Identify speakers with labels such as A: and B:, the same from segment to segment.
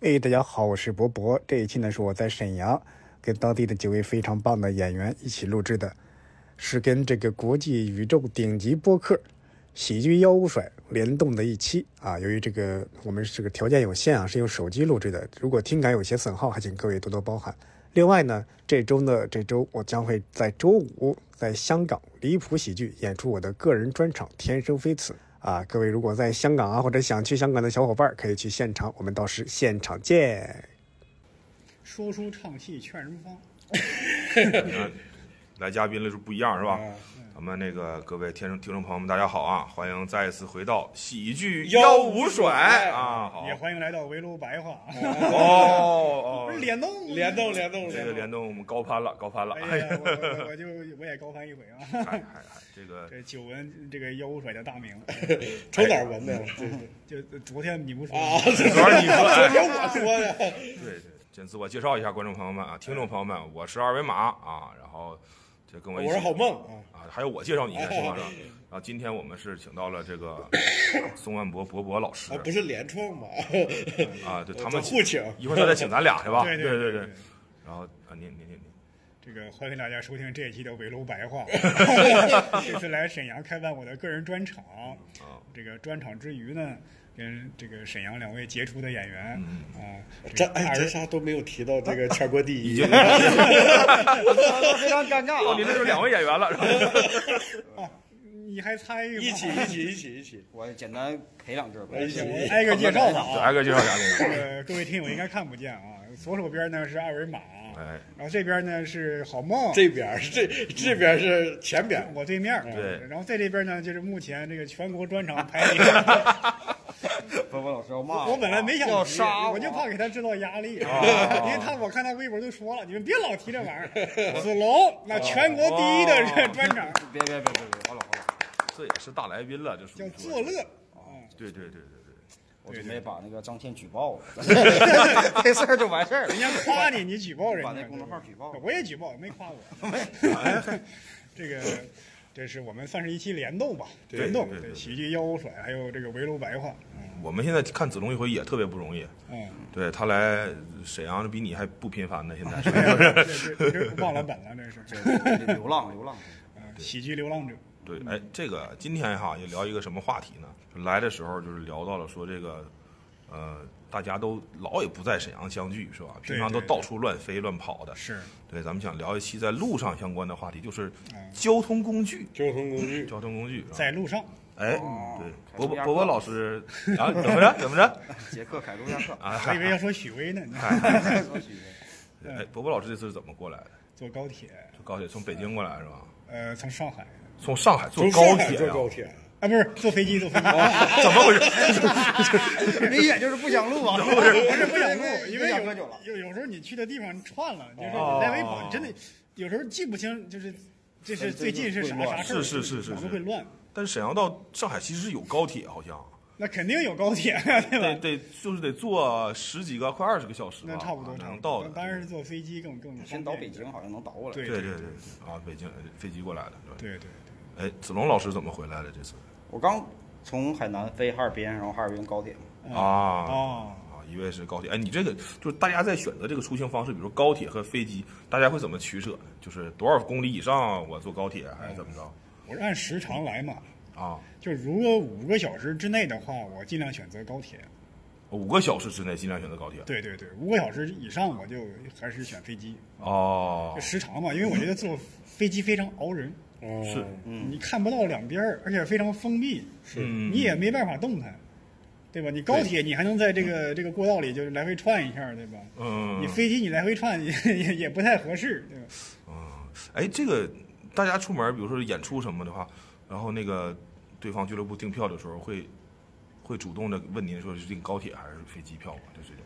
A: 哎，大家好，我是博博。这一期呢是我在沈阳跟当地的几位非常棒的演员一起录制的，是跟这个国际宇宙顶级播客《喜剧妖巫甩》联动的一期啊。由于这个我们这个条件有限啊，是用手机录制的，如果听感有些损耗，还请各位多多包涵。另外呢，这周呢，这周我将会在周五在香港离谱喜剧演出我的个人专场《天生非此》啊。各位如果在香港啊，或者想去香港的小伙伴，可以去现场，我们到时现场见。说书唱戏劝人方，
B: 来嘉宾了是不一样是吧？咱们那个各位听众听众朋友们，大家好啊！欢迎再一次回到喜剧
C: 妖
B: 五
C: 五
B: 甩
C: 甩
B: 啊！好
A: 也欢迎来到围炉白话，
B: 哦
A: 不是
B: 哦，
A: 联动吗
C: 联动联动
B: 这个联动我们高攀了，高攀了！
A: 哎
B: 哎呀，
A: 呀，我 我我就我也高攀一回啊！
B: 哎哎哎这个
A: 这久闻这个妖污甩的大名，
C: 从哪儿闻的呀？
A: 就昨天你不说
C: 啊，
A: 吗
C: 这
B: 主要是你说哎
C: 昨天我说的。
B: 对对，先自我介绍一下，观众朋友们啊，听众朋友们，我是二维码啊，然后这跟我一
C: 我
B: 起
C: 是好梦啊，
B: 啊，还有我介绍你应该是吧？是吧然后今天我们是请到了这个宋万博博博老师
C: 啊不是联创吗？
B: 啊，对他们
C: 互请
B: 一会儿再请咱俩是吧？
A: 对
B: 对
A: 对
B: 对。然后啊，您您您您。
A: 这个欢迎大家收听这一期的围炉白话。 这次来沈阳开办我的个人专场，这个专场之余呢，跟这个沈阳两位杰出的演员啊，
C: 这
A: 这个
C: 哎，
A: 二
C: 这啥都没有提到这个全国第一，
D: 非常尴尬
B: 哦，
D: 啊！
B: 您这就是两位演员了， 是吧？
A: 你还参与吗
C: 一起一起一起一起，
D: 我简单陪两句吧。
C: 一起
A: 我挨个介绍吧啊。
B: 挨个介绍一下哎这个。
A: 呃，各位听友应该看不见啊，左手边呢是二维码，
B: 哎，
A: 然后这边呢是好梦，
C: 这边儿这这边儿是前边儿，
A: 我对面。
B: 对
A: 然后在这边呢就是目前这个全国专场排名。
D: 波波老师要骂啊
A: 我本来没想
D: 要
A: 提
D: 杀啊
A: 我就怕给他制造压力，因为他我看他微博都说了，你们别老提这玩意儿。子龙那全国第一的这专场
D: 别别别别别，好了好了，
B: 这也是大来宾了，这属
A: 叫
B: 于
A: 作乐，
B: 对对对对
D: 我
A: 对
D: 准
A: 对
D: 备把那个张倩举报了，这事儿就完事儿了
A: 人。家夸你，你举报人家。
D: 把那公众号举报了
A: 我也举报，没夸我。这个。这是我们算是一期联动吧，
B: 对
A: 联动
B: 对对对
A: 喜剧妖舞甩，还有这个围炉白话，
B: 对，我们现在看子龙一回也特别不容易，
A: 嗯，
B: 对他来沈阳比你还不频繁呢，现在是
A: 哎呀这这这忘了本了，这是哎
D: 流浪流浪，
A: 嗯喜剧流浪者，
B: 对，哎，这个今天哈也聊一个什么话题呢？就来的时候就是聊到了说这个，呃，大家都老也不在沈阳相聚是吧？
A: 对
B: 平常都
A: 对
B: 到处乱飞乱跑的。
A: 是
B: 对，咱们想聊一期在路上相关的话题，就是交通工具，
C: 交通工具
B: 交通工具。是吧
A: 嗯在路上，
B: 哎
D: 哦，
B: 对，
D: 开
B: 博
D: 车
B: 博
D: 压
B: 博博
D: 客
B: 老师啊，怎么着？怎么着？
D: 杰克凯路亚克，
B: 啊，
A: 我以为要说许巍呢，
B: 哎，博博老师这次是怎么过来的？
A: 坐高铁，
B: 坐高铁从北京过来是吧？
A: 呃，从上海
B: 从上海坐
C: 从
B: 高
C: 上海
B: 铁
C: 坐
B: 呀、
C: 高铁，
A: 啊，不是坐飞机，坐飞机，
B: 怎么回事？
D: 明显 就是不想录啊，
A: 不 是不是不 想录，因为
D: 想喝酒了。
A: 有有有时候你去的地方串了，就是
B: 哦
A: 你在微博真的有时候记不清，就是这是最近是啥
D: 会
A: 啥
D: 乱
A: 事儿，
B: 是是是是
A: 脑子
B: 是
A: 会乱。
B: 但是沈阳到上海其实有高铁，好像
A: 那肯定有高铁， 对
B: 得
A: 吧？
B: 得就是得坐十几个，快二十个小时吧，
A: 那差不多，
B: 才
A: 差
B: 能
A: 不
B: 到
A: 多
B: 的。。
A: 当然是坐飞机更更方便
D: 先到北京好像能倒过来。
A: 对
B: 对对对啊，北京飞机过来的。对，
A: 对对对，
B: 哎，子龙老师怎么回来的这次？
D: 我刚从海南飞哈尔滨，然后哈尔滨高铁嘛，
B: 啊
A: 嗯哦，
B: 啊，一位是高铁。哎，你这个就是大家在选择这个出行方式，比如高铁和飞机，大家会怎么取舍呢？就是多少公里以上我坐高铁，还是怎么着？
A: 我是按时长来嘛，
B: 啊，
A: 就如果五个小时之内的话，我尽量选择高铁。
B: 五个小时之内尽量选择高铁。
A: 对对对，五个小时以上我就还是选飞机，
B: 哦
A: 就，时长嘛，因为我觉得坐飞机非常熬人。
C: 嗯
B: 是
A: 你看不到两边儿，而且非常封闭，
B: 嗯
A: 你也没办法动弹，对吧？你高铁你还能在这个这个过道里就是来回串一下，对吧？
B: 嗯，
A: 你飞机你来回串 也也也不太合适，对吧？
B: 哎，这个大家出门，比如说演出什么的话，然后那个对方俱乐部订票的时候会会主动的问您说是订高铁还是飞机票吗？就这种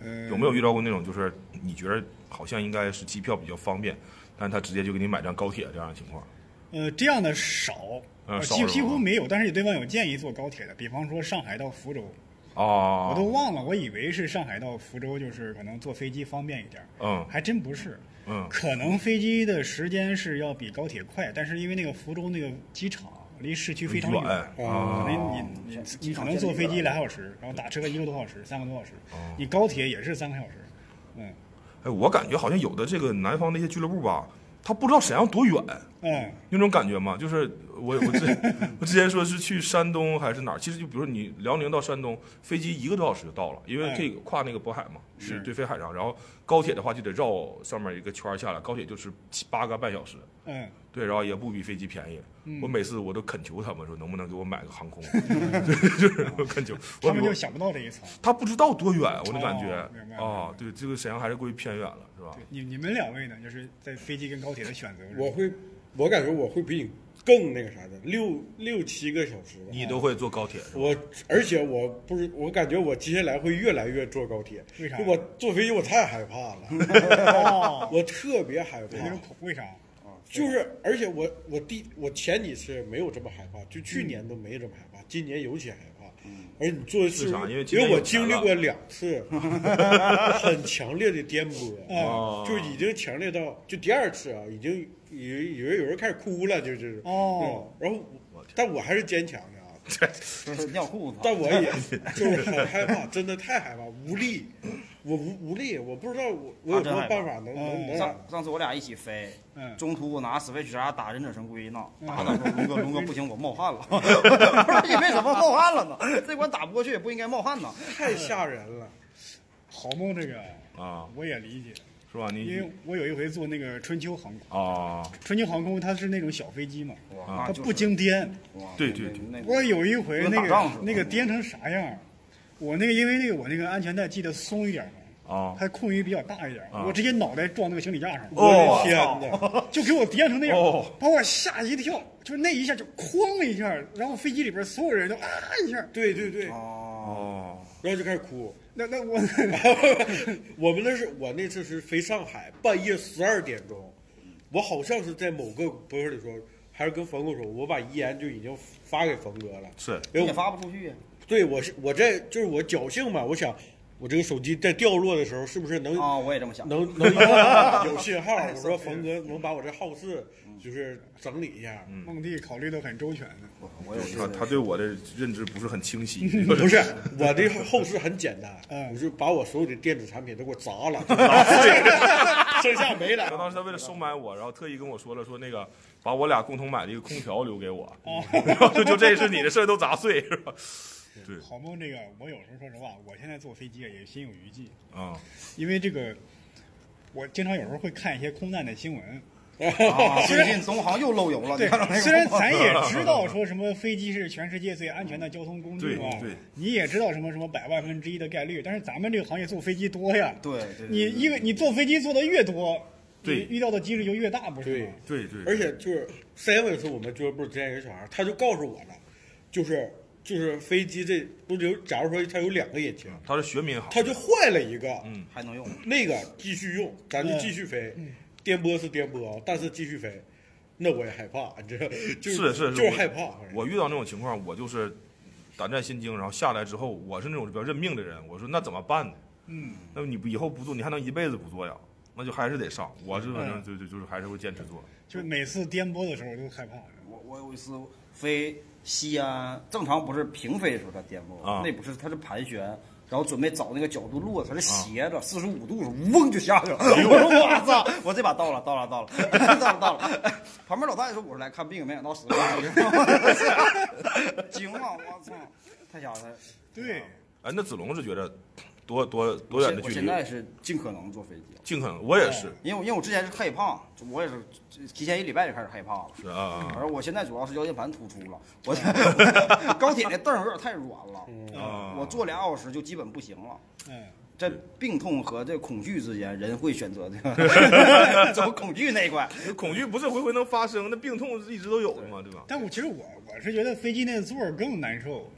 A: 呃，
B: 有没有遇到过那种就是你觉得好像应该是机票比较方便，但他直接就给你买张高铁这样的情况？
A: 呃，这样的少，
B: 呃
A: 呃
B: 少
A: 几
B: 是吧
A: 几乎没有。但是有对方有建议坐高铁的，比方说上海到福州，
B: 哦，
A: 我都忘了，我以为是上海到福州就是可能坐飞机方便一点，
B: 嗯
A: 还真不是。
B: 嗯
A: 可能飞机的时间是要比高铁快，但是因为那个福州那个机场离市区非常远，
B: 远哦
A: 可能你你你可能坐飞机俩小时，然后打车一个多小时、三个多小时，
B: 哦
A: 你高铁也是三个小时，嗯
B: 哎，我感觉好像有的这个南方那些俱乐部吧，他不知道沈阳多远，
A: 嗯，
B: 有那种感觉吗？就是我我之我之前说是去山东还是哪儿，其实就比如你辽宁到山东，飞机一个多小时就到了，因为可以跨那个渤海嘛，
A: 哎是
B: 对飞海上。然后高铁的话就得绕上面一个圈儿下来，高铁就是七八个半小时。
A: 嗯，
B: 对，然后也不比飞机便宜。我每次我都恳求他们说，能不能给我买个航空？ 就是我恳求。我
A: 嗯他们
B: 比
A: 就
B: 如
A: 想不到这一层。
B: 他不知道多远，我的感觉
A: 哦明白
B: 啊，对，这个沈阳还是过于偏远了，是吧？
A: 对你你们两位呢？就是在飞机跟高铁的选择上，
C: 我会，我感觉我会比你更那个啥的，六六七个小时吧。
B: 你都会坐高铁是吧？
C: 我而且我不是，我感觉我接下来会越来越坐高铁。
A: 为啥
C: 我坐飞机我太害怕 了，
A: 哦，
C: 我特别害怕
A: 有。那
B: 啊
A: 种恐为啥？
C: 就是，而且我我第我前几次没有这么害怕，就
B: 嗯
C: 去年都没这么害怕，今年尤其害怕。而你坐的次
B: 为
C: 数
B: 啥嗯因为今年
C: 因为我
B: 有钱
C: 经历
B: 了
C: 过两次 很强烈的颠簸，啊
B: 哦
C: 就已经强烈到就第二次啊，已经以为以为有人开始哭了，就是
A: 哦
C: 嗯然后我但我还是坚强的啊，
D: 就是尿裤子。
C: 但 我也就是很害怕，真的太害怕，无力，我无无力，我不知道我我有
D: 啊
C: 什
D: 真
C: 么
D: 害怕
C: 办法
B: 嗯
C: 能能能
D: 上
C: 让
D: 上次我俩一起飞，
A: 嗯
D: 中途我拿 Switch R 打忍者神龟呢，打打 龙哥龙哥不行，我冒汗了，不知道因为什么冒汗了呢？ 这关打不过去也不应该冒汗呢。
C: 太吓人了。
A: 豪梦这个
B: 啊，
A: 我也理解，
B: 是吧？
A: 因为
B: 你
A: 我有一回坐那个春秋航空，
B: 啊，
A: 春秋航空它是那种小飞机嘛，
D: 哇，
A: 它
D: 啊那就是
A: 不，经颠。
D: 哇
B: 对对
D: 那那
A: 我有一回
D: 跟
A: 那
D: 打仗似
A: 个
D: 的
A: 那个颠成啥样儿？我那个因为那个我那个安全带系得松一点嘛，
B: 啊，
A: 它空余比较大一点儿，
B: 啊
A: 我直接脑袋撞那个行李架上了。
B: 哦
C: 我的天哪！
D: 哦
A: 就给我颠成那样
B: 哦，
A: 把我吓一跳，就那一下就哐一下，然后飞机里边所有人都啊一下，
C: 对对对，
D: 哦，
B: 哦，
C: 然后就开始哭。
A: 那那我
C: 我们那是我那次是飞上海，半夜十二点钟，我好像是在某个博客里说，还是跟冯哥说，我把遗言就已经发给冯哥了。
B: 是
C: 因
D: 你
C: 为
D: 也
C: 我
D: 发不出去啊呀。
C: 对我是我在就是我侥幸嘛，我想我这个手机在掉落的时候是不是能、
D: 啊，我也 这么想。
C: 能 能有信号？
D: 哎
C: 我说冯哥能把我这好事就是整理一下。
A: 梦帝考虑的很周全的，
D: 我有
B: 他他对我的认知不是很清晰，
C: 不是，我的后事很简单，
A: 嗯
C: 我就把我所有的电子产品都给我砸 了， 就砸碎了剩下没了。
B: 他当时他为了收买我，然后特意跟我说了说那个把我俩共同买的一个空调留给我， 然后就就这是你的事儿都砸碎是吧？对
A: 好梦这个，我有时候说实话，我现在坐飞机也心有余悸，
B: 啊，
A: 因为这个我经常有时候会看一些空难的新 闻，
D: 啊，最近东航又漏油了，你
A: 对
D: 看到那，个
A: 虽然咱也知道说什么飞机是全世界最安全的交通工具
B: 对
A: 嘛
B: 对，
A: 你也知道什么什么百万分之一的概率，但是咱们这个行业坐飞机多呀，
D: 对对对
A: 你因为你坐飞机坐的越多，你
B: 对
A: 遇到的几率就越大，不是
C: 对
A: 吗？
B: 对对，
C: 而且就是 Seven 是我们俱乐部之前有个小孩，他就告诉我了，就是就是飞机这不就假如说它有两个引擎，
B: 他是学民航，
C: 他就坏了一个，
B: 嗯
D: 还能用。
C: 那个继续用，咱就继续飞，颠簸是颠簸啊，但是继续飞，那我也害怕， 你知道，就是
B: 是
C: 就是
B: 我
C: 害怕，反正
B: 我遇到那种情况，我就是胆战心惊，然后下来之后，我是那种比较认命的人，我说那怎么办呢？嗯，那么你不以后不做，你还能一辈子不做呀？那就还是得上，我是反
C: 嗯
B: 正就就就是还是会坚持做。
A: 就每次颠簸的时候我都害怕。
D: 我我有一次飞西安，正常不是平飞的时候它颠簸，
B: 啊
D: 那不是它是盘旋，然后准备找那个角度落，它是斜
B: 啊
D: 着四十五度的时候，嗡就下去了。
B: 哎
D: 我说我操，我这把到了，到了，到了，到了，到了。哎旁边老大爷说我是来看病，没想到死了， 惊了，我操，太吓人了。
A: 对，
B: 哎，那子龙是觉得多多多远的
D: 我
B: 距
D: 现
B: 离，
D: 在嗯是尽可能坐飞机，
B: 尽可能我也是
D: 因为我因为我之前是害怕，就我也是提前一礼拜就开始害怕了。
B: 是啊
D: 而我现在主要是腰间盘突出了，我高铁那凳儿有点太软了，
C: 嗯
B: 啊，
D: 我坐俩小时就基本不行了。
A: 嗯，
D: 在病痛和这恐惧之间，人会选择这个走恐惧那一块。
B: 恐惧不是回回能发生，那病痛是一直都有的嘛，对吧？
A: 但我其实我我是觉得飞机那个座儿更难受，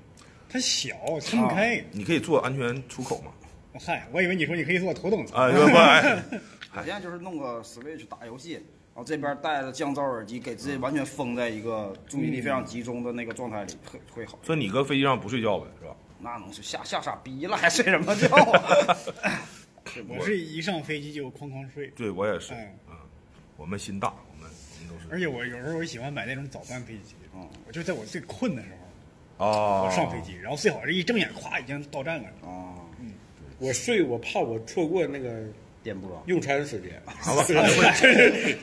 A: 它小撑
D: 啊
A: 不开。
B: 你可以坐安全出口嘛？
A: 嗨，我以为你说你可以坐头等舱。
D: 啊
B: 哎，不不哎，
D: 我现在就是弄个 Switch 打游戏，然后这边戴着降噪耳机，给自己完全封在一个注意力非常集中的那个状态里，会会好。
B: 所以你搁飞机上不睡觉呗，是吧？
D: 那能睡吓吓傻逼了，还睡什么觉啊？
A: 我是一上飞机就哐哐睡，
B: 对我也是，
A: 嗯
B: 嗯，我们心大，我们我们都是
A: 而且我有时候我喜欢买那种早班飞机，
D: 嗯
A: 我就在我最困的时候，
B: 啊，
A: 我上飞机，然后最好是一睁眼，咵已经到站了。
B: 哦
D: 啊，
C: 我睡，我怕我错过那个
D: 电波
C: 用餐时间。
B: 好吧，人 会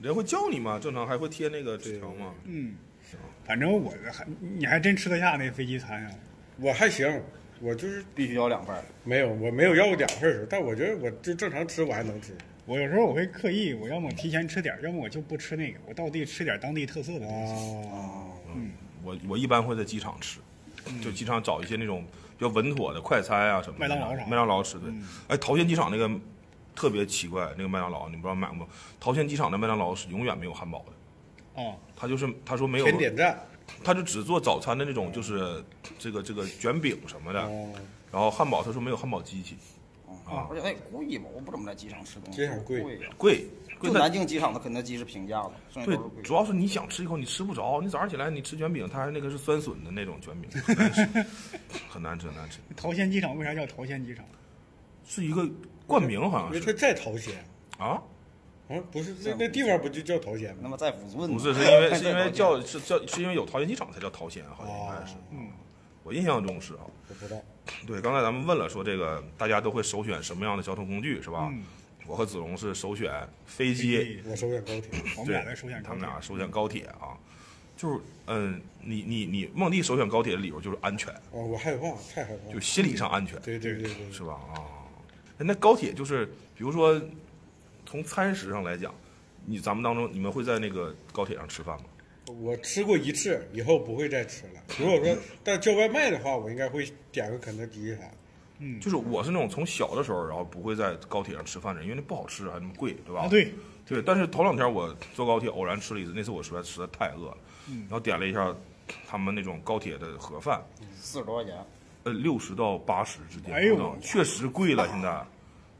B: 人会叫你吗？正常还会贴那个纸条吗？
A: 嗯，反正我还你还真吃得下那飞机餐啊。
C: 我还行，我就是
D: 必须要两份儿。
C: 没有，我没有要过两份儿，但我觉得我就正常吃，我还能吃。
A: 我有时候我会刻意，我要么提前吃点儿，要么我就不吃那个，我到地吃点儿当地特色的东西。
C: 哦，
B: 我我一般会在机场吃，就机场找一些那种比较稳妥的快餐啊什么的。
A: 嗯麦当劳啥的嗯
B: 麦当劳吃对。哎，桃仙机场那个特别奇怪，那个麦当劳你不知道买过？桃仙机场的麦当劳是永远没有汉堡的，
A: 啊，
B: 他就是他说没有
C: 甜，点站，
B: 他就只做早餐的那种，就是这个这个卷饼什么的，
A: 哦
B: 然后汉堡他说没有汉堡机器，
D: 啊，而且他也故意吧，我不怎么在机场吃东西，
C: 机场贵
D: 贵呀。
B: 贵贵
D: 就
B: 在
D: 南京机场的肯德基是平价的，剩下
B: 对
D: 都是贵，
B: 主
D: 的。
B: 要是你想吃一口，你吃不着。你早上起来你吃卷饼，它还那个是酸笋的那种卷饼，很难吃，很难吃，很难吃。
A: 桃仙机场为啥叫桃仙机场？
B: 是一个冠名好像
C: 因为它
B: 是
C: 在桃仙，
B: 啊，
C: 啊，不是那那地方不就叫桃仙
D: 那
C: 吗？
D: 么在抚顺
B: 不
D: 呢
B: 是，是因为
D: 在
B: 是因为
D: 保健
B: 叫是叫是因为有桃园机场才叫桃仙，好像应该是。嗯，我印象中是啊。
C: 我不知道，
B: 对，刚才咱们问了，说这个大家都会首选什么样的交通工具是吧？我和子龙是首选飞机，
C: 我首选 高啊铁。
A: 我们
B: 对
A: 俩在首选高
B: 他们
A: 铁。
B: 俩首选高铁啊。就是嗯，你你你，梦弟首选高铁的理由就是安全，
C: 哦，我害怕，太害怕
B: 就。心理上安全。
C: 对对对对，
B: 是吧？啊，那高铁就是，比如说从餐食上来讲，你咱们当中你们会在那个高铁上吃饭吗？
C: 我吃过一次，以后不会再吃了。如果
B: 嗯
C: 说但叫外卖的话，我应该会点个肯德基啥的。
A: 嗯
B: 就是我是那种从小的时候，然后不会在高铁上吃饭的人，因为那不好吃，还那么贵，对吧？
A: 啊，对，
B: 对。但是头两天我坐高铁偶然吃了一次，那次我实在实在太饿了，
A: 嗯
B: 然后点了一下他们那种高铁的盒饭，
D: 四十多块钱，
B: 呃，六十到八十之间，
A: 哎呦
B: 不等确实贵了现在，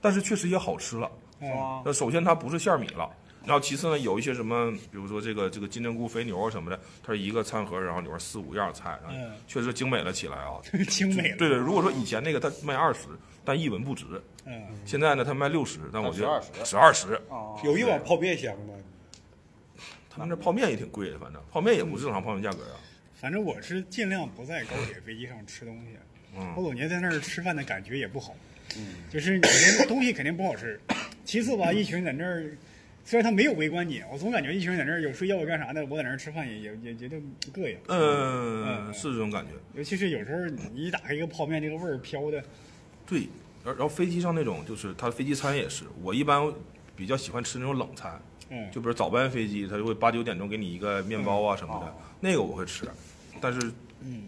B: 但是确实也好吃了。
D: 是吧？
B: 那首先它不是馅儿米了，然后其次呢，有一些什么，比如说这个这个金针菇肥牛啊什么的，它是一个餐盒，然后里边四五样菜，然后
A: 嗯
B: 确实精美了起来啊。
A: 精美了。
B: 对对，如果说以前那个它卖二十，但一文不值，
A: 嗯，
B: 现在呢它卖六十，但我觉得
D: 它
B: 只二啊十。
D: 哦，
C: 有一碗泡面香吗？
B: 他们这泡面也挺贵的，反正泡面也不是正常泡面价格啊。
A: 反正我是尽量不在高铁、飞机上吃东西。
B: 嗯
A: 我总觉得在那儿吃饭的感觉也不好。就是你这东西肯定不好吃。其次吧，一群人在那儿，虽然他没有围观你，我总感觉一群人在那儿有睡觉干啥的，我在那儿吃饭也也也觉得膈应。
B: 嗯，
A: 嗯
B: 是这种感觉。
A: 尤其是有时候你一打开一个泡面，这个味儿飘的，
B: 对，然后然后飞机上那种就是它飞机餐也是，我一般比较喜欢吃那种冷餐，
A: 嗯，
B: 就比如早班飞机，它就会八九点钟给你一个面包啊什么的，
D: 哦
B: 那个我会吃，但是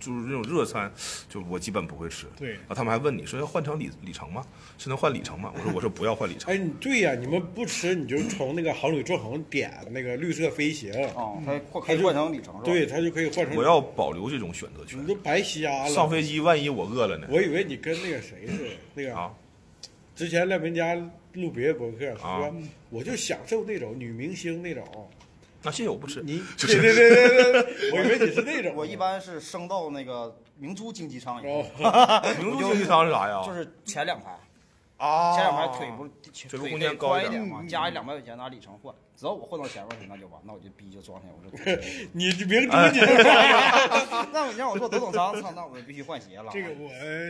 B: 就是那种热餐，就我基本不会吃。
A: 对
B: 然后他们还问你说要换成里里程吗？是能换里程吗？我说我说不要换里程。
C: 哎，你对呀、你们不吃你就从那个航旅纵横点那个绿色飞行，
D: 哦，它
B: 嗯
D: 换可
C: 它
D: 以
C: 就
D: 换成里程是吧？
C: 对，，它就可以换成。
B: 我要保留这种选择权
C: 哎你。都白瞎了。
B: 上飞机万一我饿了呢？
C: 我以为你跟那个谁似的，那个、
B: 啊，
C: 之前赖明佳录别的博客说，
B: 啊
C: 我就享受那种女明星那种。
B: 那谢谢我不吃。
C: 你对对对对对，我以为你是那种。
D: 我一般是升到那个明珠经济舱以后，
B: 哦明珠经济舱是啥呀？
D: 就是前两排，
B: 啊，
D: 前两排腿不是
B: 腿部
D: 腿
B: 空
D: 得
B: 间高
D: 宽
B: 一
D: 一
B: 点嗯
D: 嘛，加一两百块钱拿里程换，只要我换到前面去，那就完，那我就逼就装下，我就。
C: 你明珠你是
D: 那你让我坐头等舱，操，那我必须换鞋了。
A: 这个我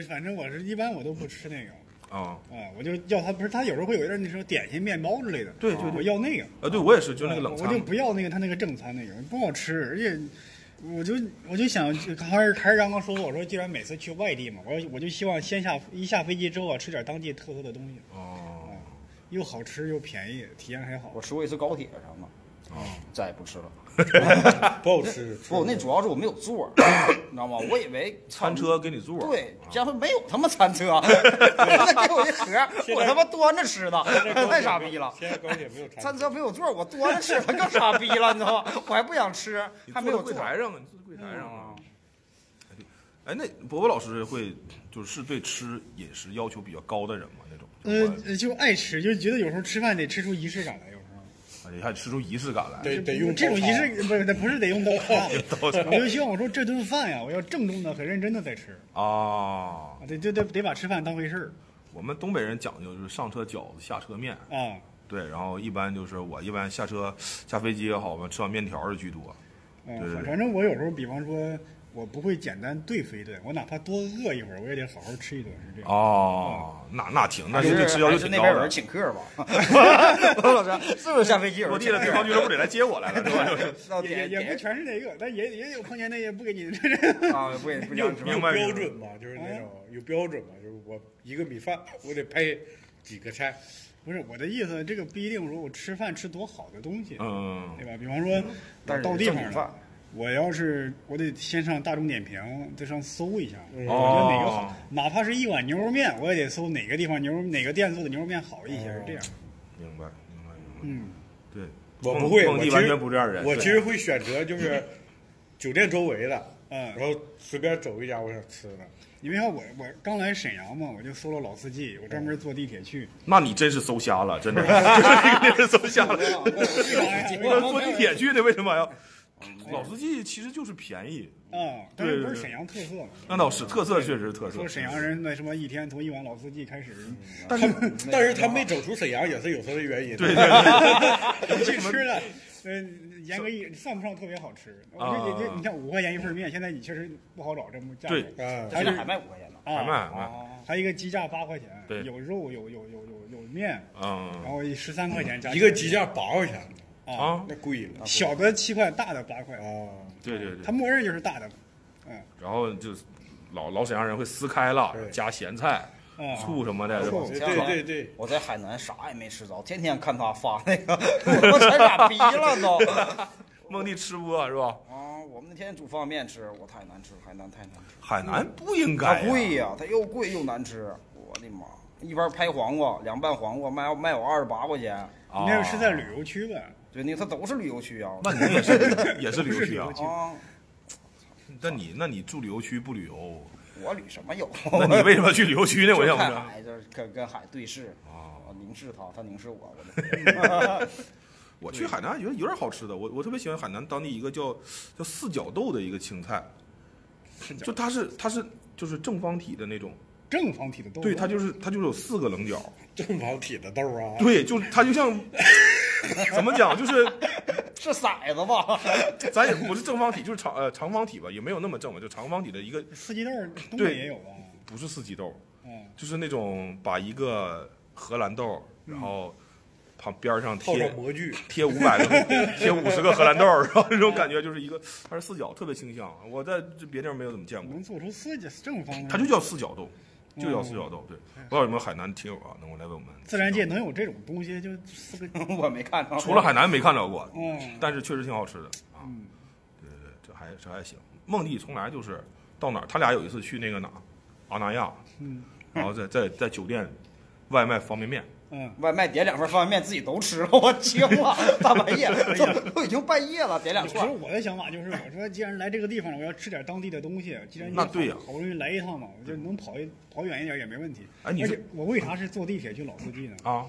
A: 反正我是一般我都不吃那个。
B: 啊。
A: 啊，我就要他不是他有时候会有一点那什么点心、面包之类的，
B: 对对对
A: 我要那个，
B: 啊，对我也是，就是那个冷
A: 哦我
B: 餐
A: 就。不要那个他那个正餐那个不好吃，而且我就我就想还是还是刚刚说过，我说既然每次去外地嘛，我我就希望先下一下飞机之后啊，吃点当地特色的东西，
B: 哦，
A: 又好吃又便宜，体验还好
D: 我。吃过一次高铁上的，
B: 哦
D: 再也不吃了。
B: 哎
C: 不好吃。
D: 不，那主要是我没有座 儿，你知道吗？我以为
B: 餐车给你座。
D: 对，家伙没有他妈餐车，那给我一盒，我他妈端着吃的，太傻逼了。
C: 现在高铁没有餐
D: 餐车没有座儿，我端着吃的更傻逼了，你知道吗？我还不想吃，
B: 你
D: 还
B: 坐
D: 没
B: 到
D: 有
B: 柜
D: 座。嗯
B: 台上啊，你坐到柜台上啊。哎，那伯伯老师会就是是对吃饮食要求比较高的人吗？那种，就是
A: 呃，就爱吃，就觉得有时候吃饭得吃出仪式感来，有时候。
B: 说哎还吃出仪式感来。
C: 得得用
A: 这种
C: 刀
A: 仪
C: 叉
A: 式不是不是得用刀叉，
B: 刀叉
A: 我就希望我说这顿饭呀，我要郑重的、很认真的在吃，
B: 啊，
A: 啊，得就得得把吃饭当回事儿
B: 我们东北人讲究就是上车饺子，下车面。
A: 啊。
B: 对，然后一般就是我一般下车下飞机也好嘛，吃碗面条儿的居多。
A: 嗯、
B: 对对对
A: 反正我有时候，比方说，我不会简单对付一顿，我哪怕多饿一会儿，我也得好好吃一顿，是这样。
B: 哦，那那挺，那
D: 是
B: 对吃要
D: 还
B: 求
D: 是
B: 挺
D: 那
B: 高
D: 边有
B: 的
D: 人。请 客吧？王老师是不是下飞机有人
B: 落地了，
D: 请
B: 对
D: 客
B: 方俱乐部得来接我来了，是吧？ 就是
D: 到
A: 也也
D: 哦点
A: 也不
D: 点
A: 全是这个，但也也有碰见那些不给你 这这
D: 啊，不也不讲是吧
B: 明
C: 有
B: 白
C: 标
B: 明白
C: 准嘛，就是那种
D: 哎
C: 有标准嘛，就是我一个米饭我得配几个菜，
A: 不是我的意思，这个不一定说我吃饭吃多好的东西，
B: 嗯，
A: 对吧？比方说，
D: 但是
A: 到地
D: 正
A: 方
D: 经饭
A: 了，我要是我得先上大众点评，再上搜一下，
D: 嗯
A: 我觉
B: 哦
A: 得哪个好，哪怕是一碗牛肉面，我也得搜哪个地方牛肉哪个店做的牛肉面好一些，是
D: 哦
A: 这样。
B: 明白明白明白。
A: 嗯，
B: 对，
C: 我
B: 孟
C: 不会，
B: 孟
C: 我
B: 蒂
C: 其
B: 完
C: 实
B: 全不是这样的人。
C: 我
B: 对
C: 其实会选择就是酒店周围的，啊
A: 嗯
C: 然后随便走一家我想吃的，
A: 你别看我我刚来沈阳嘛，我就搜了老司机，我专门坐地铁去。
B: 那你真是搜瞎了， 真的，真是搜瞎了。 我坐地铁去的，为什么要？老司机其实就是便宜，
A: 啊，但是不是沈阳特色嘛？
B: 那倒是特色，确实是特色
A: 说。沈阳人那什么一天从一碗老司机开始，
B: 嗯
D: 但是
C: 但是他没走出沈阳也是有他的原因的。
B: 对对 对，
A: 去吃的，嗯，严格意算不上特别好吃。我
B: 啊
A: 这这你像五块钱一份面，现在你确实不好找这么价格。
B: 对
C: 啊，
A: 还
D: 现
A: 有
D: 在还卖五块钱呢。
B: 买
A: 啊，
B: 卖买卖，
A: 还有一个鸡架八块钱，
B: 对
A: 有肉有有有有有面，然
B: 嗯
A: 后十三块钱加
C: 一个鸡架八块钱，
A: 啊，
B: 啊，
C: 那贵了
A: 小的七块，大的八块，
C: 啊。
B: 对对
A: 它
B: 对，
A: 默认就是大的，嗯
B: 然后就老老沈阳人会撕开了，
C: 对
B: 加咸菜、
A: 嗯。
B: 醋什么的，对吧？
C: 对对对，
D: 我在海南啥也没吃着，天天看他发那个，我才傻逼了都。
B: 孟蒂吃播是吧？
D: 啊，我们那天煮方便面吃，我太难吃，海南太难吃，
B: 海南不应
D: 它
B: 该呀啊
D: 贵呀、它又贵又难吃，我的妈！一盘拍黄瓜，凉拌黄瓜卖卖我二十八块钱，
B: 啊
A: 你那个是在旅游区吧？
D: 对，那它都是旅游区啊。
B: 那你那也 是也是旅游区啊？
D: 啊，
B: 但你那你住旅游区不旅游？
D: 我旅什么游？
B: 那 你为什么去旅游区呢？我
D: 就
B: 想不啊着。
D: 看海，就是跟跟海对视
B: 啊，
D: 我凝视他，他凝视我， 我的。
B: 我去海南有有点好吃的，我我特别喜欢海南当地一个叫叫四角豆的一个青菜，就它是它是就是正方体的那种，
A: 正方体的
C: 哦
A: 豆腐，
B: 对，它就是它就是有四个棱角，
C: 正方体的豆啊，
B: 对，就它就像 怎么讲，就是
D: 是色子吧？
B: 咱也不是正方体，就是长呃长方体吧，也没有那么正吧，就长方体的一个
A: 四季豆儿东
B: 对
A: 北也有啊吧？
B: 不是四季豆，
A: 嗯，
B: 就是那种把一个荷兰豆，然后旁边上
C: 套
B: 贴
C: 上嗯模具，
B: 贴五百个， 贴五十个荷兰豆，然后这种感觉就是一个，它是四角，特别清香。我在这别地儿没有怎么见过，
A: 能做出四季正方的，
B: 它就叫四角豆，就叫四角豆。对，不知道有没有海南听友啊，能够来为我们
A: 嗯自然界能有这种东西，就四个，
D: 我没看着。
B: 除了海南没看着过，
A: 嗯
B: 但是确实挺好吃的啊。
A: 嗯
B: 对对对，这还这还行。梦蒂从来就是到哪儿，他俩有一次去那个哪儿，阿那亚，
A: 嗯
B: 然后在在在酒店外卖方便面。
A: 嗯，
D: 外卖点两份方便面，自己都吃了，我惊了，大半 夜
B: 哎
D: 都都已经半夜了，点两
A: 有时候
D: 串。
A: 我的想法就是，我说既然来这个地方了，我要吃点当地的东西。既然
B: 那对呀
A: 好不容易来一趟嘛，我就能跑一跑远一点也没问题。
B: 哎你
A: 而
B: 是
A: 且我为啥是坐地铁去老司机呢？
B: 啊，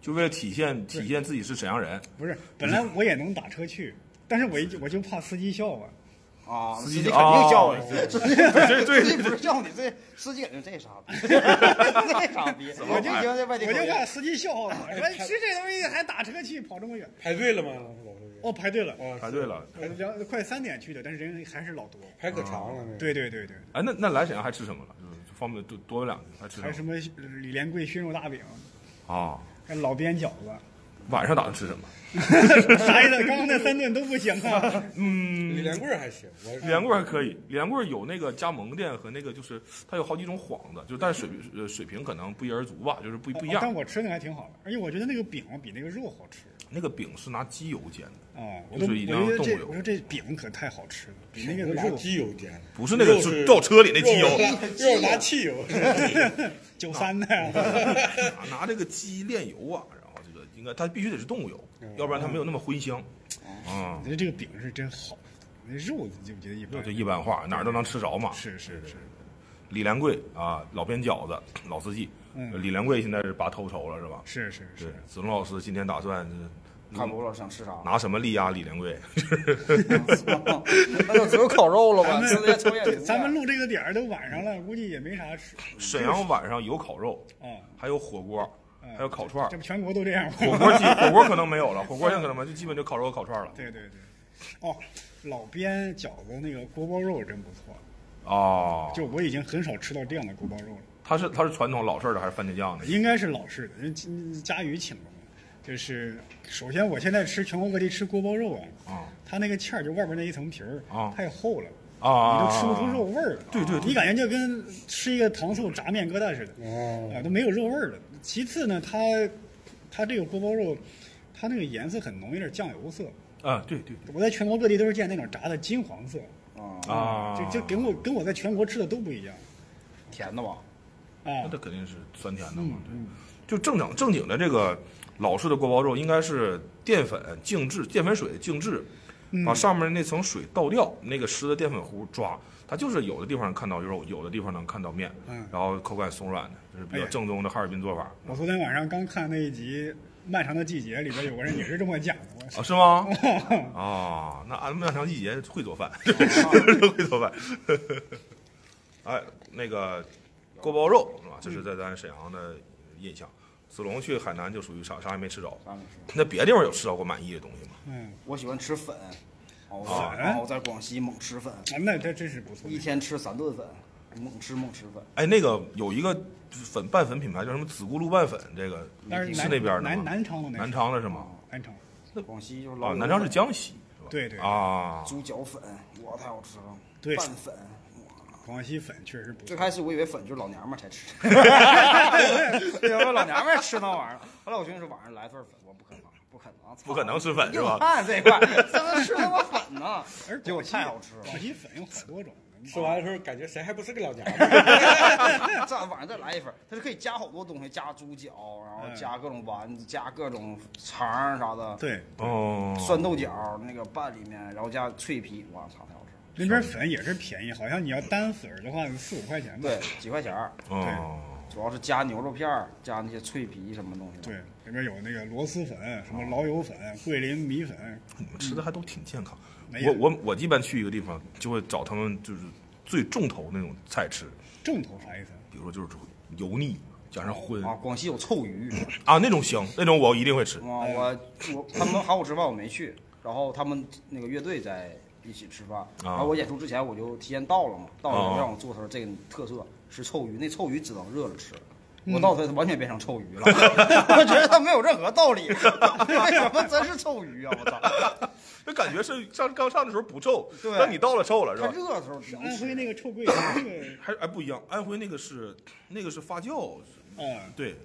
B: 就为了体现体现自己是沈阳人。
A: 不是，本来我也能打车去，但是我一我就怕司机笑话。
D: 啊，司
B: 机
D: 肯定笑我
B: 哦，
D: 司机 对
B: 对
D: 司机不是笑你，这司机感觉这傻逼，这傻逼，我就听这外地
A: 我
D: 口
A: 就
D: 音
A: 怕司机笑话我， 说吃这东西还打车去，跑这么远。
C: 排队了吗？老师，
A: 哦，排队了，
C: 啊，
B: 排队了，
A: 呃两快三点去的，但是人还是老多。
C: 排可长了那个。
A: 对对对对，
B: 哎，那那来沈阳还吃什么了？就是就方便多多问两句，还吃
A: 还有
B: 什
A: 什
B: 么？
A: 么李连贵熏肉大饼，
B: 啊，
A: 还老边饺子。
B: 晚上打算吃什么？
A: 啥意思？刚刚那三顿都不行啊！
C: 李连贵还行，我
B: 嗯李连贵还可以，李连贵有那个加盟店和那个就是它有好几种幌子，就但是水呃水平可能不一而足吧，就是不不一
A: 啊但
B: 样。
A: 我吃那个还挺好的，而且我觉得那个饼啊比那个肉好吃
B: 那个饼是拿鸡油煎的，
A: 啊！我都
B: 就
A: 我
B: 是一定
A: 觉
B: 要
A: 得
B: 动
A: 这
B: 物
A: 我说这饼可太好吃了，比那个
C: 我拿
A: 肉
C: 机油煎，
B: 不是那个就倒车里那机油，
C: 又是拿汽 油，
A: 九三的呀。
B: 拿拿这个鸡炼油啊，然后这个应该它必须得是动物油，
A: 哦
B: 要不然它没有那么荤香。啊
A: 我，觉得这个饼是真好，那肉就觉得一般
B: 就。一般化，哪儿都能吃着嘛。
A: 是是是，
B: 李连贵啊，老边饺子，老司机。
A: 嗯
B: 李连贵现在是拔头筹了，是吧？
A: 是是
B: 对
A: 是，，
B: 子龙老师今天打算是
D: 看不着想吃啥，
B: 拿什么力压李连贵？
D: 那就只有烤肉了吧？
A: 咱们
D: 直接抽烟
A: 对咱们录这个点儿都晚上了，估计也没啥吃
B: 沈阳晚上有烤肉，
A: 啊。
B: 还有火锅，
A: 嗯
B: 还有烤串儿
A: 这。不全国都这样吗？
B: 火锅基火锅可能没有了，火锅现在可能没有，就基本就烤肉、烤串儿了。
A: 对对对，哦，老边饺子那个锅包肉真不错，
B: 哦，
A: 就我已经很少吃到这样的锅包肉了。
B: 他是他是传统老式的还是番茄酱的？
A: 应该是老式的，人家佳宇请过来，就是首先我现在吃全国各地吃锅包肉啊，
B: 啊
A: 它那个馅儿就外边那一层皮儿、
B: 啊
A: 太厚了。
B: 啊，
A: 你都吃不出肉味儿了，啊
B: 对对对
A: 你感觉就跟吃一个糖醋炸面疙瘩似的，
C: 哦
A: 啊，都没有肉味儿了。其次呢，它它这个锅包肉，它那个颜色很浓，有点酱油色。
B: 啊，对对
A: 我在全国各地都是见那种炸的金黄色，
D: 啊，
B: 啊，
A: 就就跟我跟我在全国吃的都不一样
D: 甜的吧？
A: 啊
B: 那。这肯定是酸甜的
A: 嗯
B: 嘛，对。就正常正经的这个老式的锅包肉，应该是淀粉静置，淀粉水静置，
A: 嗯
B: 把上面那层水倒掉，那个湿的淀粉糊抓。它就是有的地方看到肉，有的地方能看到面，
A: 嗯
B: 然后口感松软的，这是比较
A: 哎
B: 正宗的哈尔滨做法。
A: 我昨天晚上刚看那一集《漫长的季节》，里边有个人也是这么讲的。
B: 啊，是吗？啊，那俺们漫长季节会做饭，会做饭。哎，那个锅包肉是吧？这是在咱沈阳的印象。子龙去海南就属于啥啥也没吃着，
D: 当然是。
B: 那别地方有吃到过满意的东西吗？
A: 嗯，
D: 我喜欢吃粉，哦
A: 啊
D: 然后我在广西猛吃粉，
A: 啊，那这真是不错
D: 一。天吃三顿粉，猛吃猛吃粉。
B: 哎，那个有一个粉拌粉品牌叫什么紫咕噜拌粉，这个
A: 但是
B: 是
A: 南
B: 那边的吗
A: 南南昌的那
B: 南昌的是吗？
A: 南昌，
D: 广西就是老
B: 啊，
D: 有
B: 南昌是
D: 粉
B: 江西是吧？
A: 对对
B: 啊，
D: 猪脚粉，哇，太好吃了。
A: 对
D: 拌粉，哇
A: 广西粉确实不
D: 最
A: 错。
D: 开始我以为粉就是老娘们儿才 吃，因为老娘们儿吃那玩意儿。后来我寻思晚上来份粉，我不可能，不可能，操
B: 不可能吃粉是
D: 硬
B: 吧？
D: 汉这一块 儿怎么吃他妈粉呢？
A: 而
D: 结果
A: 广西
D: 太好吃了。
A: 广西粉有好多种。
C: 吃完的时候感觉谁还不是个老娘们儿？
D: 这样 晚上再来一份儿，它是可以加好多东西，加猪脚，然后加各种丸子，加各种肠儿啥的，，
A: 对，
B: 哦，
D: 酸豆角那个拌里面，然后加脆皮，哇操，太好吃了！
A: 那边粉也是便宜，好像你要单粉儿的话四五块钱吧。
D: 对，几块钱儿，
B: 哦，
D: 主要是加牛肉片儿，加那些脆皮什么东西的。
A: 对，里边有那个螺蛳粉、什么老友粉、桂林米粉，
B: 你们吃的还都挺健康。
A: 没有
B: 我我我一般去一个地方，就会找他们就是最重头那种菜吃，
A: 正头啥意思？
B: 比如说就是油腻加上荤
D: 啊，广西有臭鱼，
B: 啊那种香，那种我一定会吃。
D: 哇，我我他们喊我吃饭我没去，然后他们那个乐队在一起吃饭，然后我演出之前我就提前到了嘛，到
B: 啊哦
D: 了让我做他说这个特色是臭鱼，那臭鱼只能热着吃。
A: 嗯
D: 我到他完全变成臭鱼了， 我觉得他没有任何道理，为什么真是臭鱼啊？我操！
B: 那感觉是上刚上的时候不臭，
D: 对
B: 但你到了臭了是
D: 它
B: 吧？
D: 热的时候能
A: 安
D: 吃
A: 徽嗯那个臭鳜鱼，那
B: 还是哎不一样，安徽那个是那个是发酵，
A: 个啊，
B: 对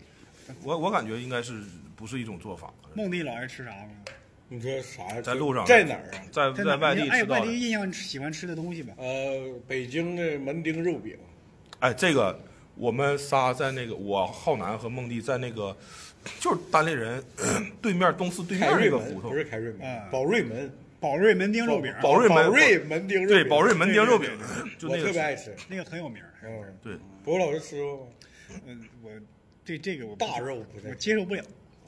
B: 我我感觉应该是不是一种做法，
A: 孟弟老爱吃啥吗？
C: 你说啥呀？
B: 在路上
C: 在哪儿啊？
B: 在
A: 在
B: 在
A: 哪
B: 外
A: 你
B: 地
A: 爱
B: 吃
A: 外
B: 到的
A: 地。印象喜欢吃的东西吧？
C: 呃，北京的门钉肉饼，
B: 哎，这个我们仨在那个我浩南和孟弟在那个就是单立人对面东四对面
C: 凯
B: 那
C: 瑞
B: 个胡
C: 门
B: 同
C: 不，是凯瑞门
A: 嗯，
C: 宝瑞门，
A: 宝瑞门钉肉饼，
B: 宝瑞门
C: 宝瑞门钉肉饼，
B: 对宝瑞门钉肉饼，就
C: 我
B: 那
C: 特别
B: 个
C: 爱吃。
A: 那个很有名儿。
C: 嗯，
B: 对
C: 博老师吃过吗？
A: 嗯，我对这个我不
C: 大肉不
A: 我
C: 在，
A: 接受不了，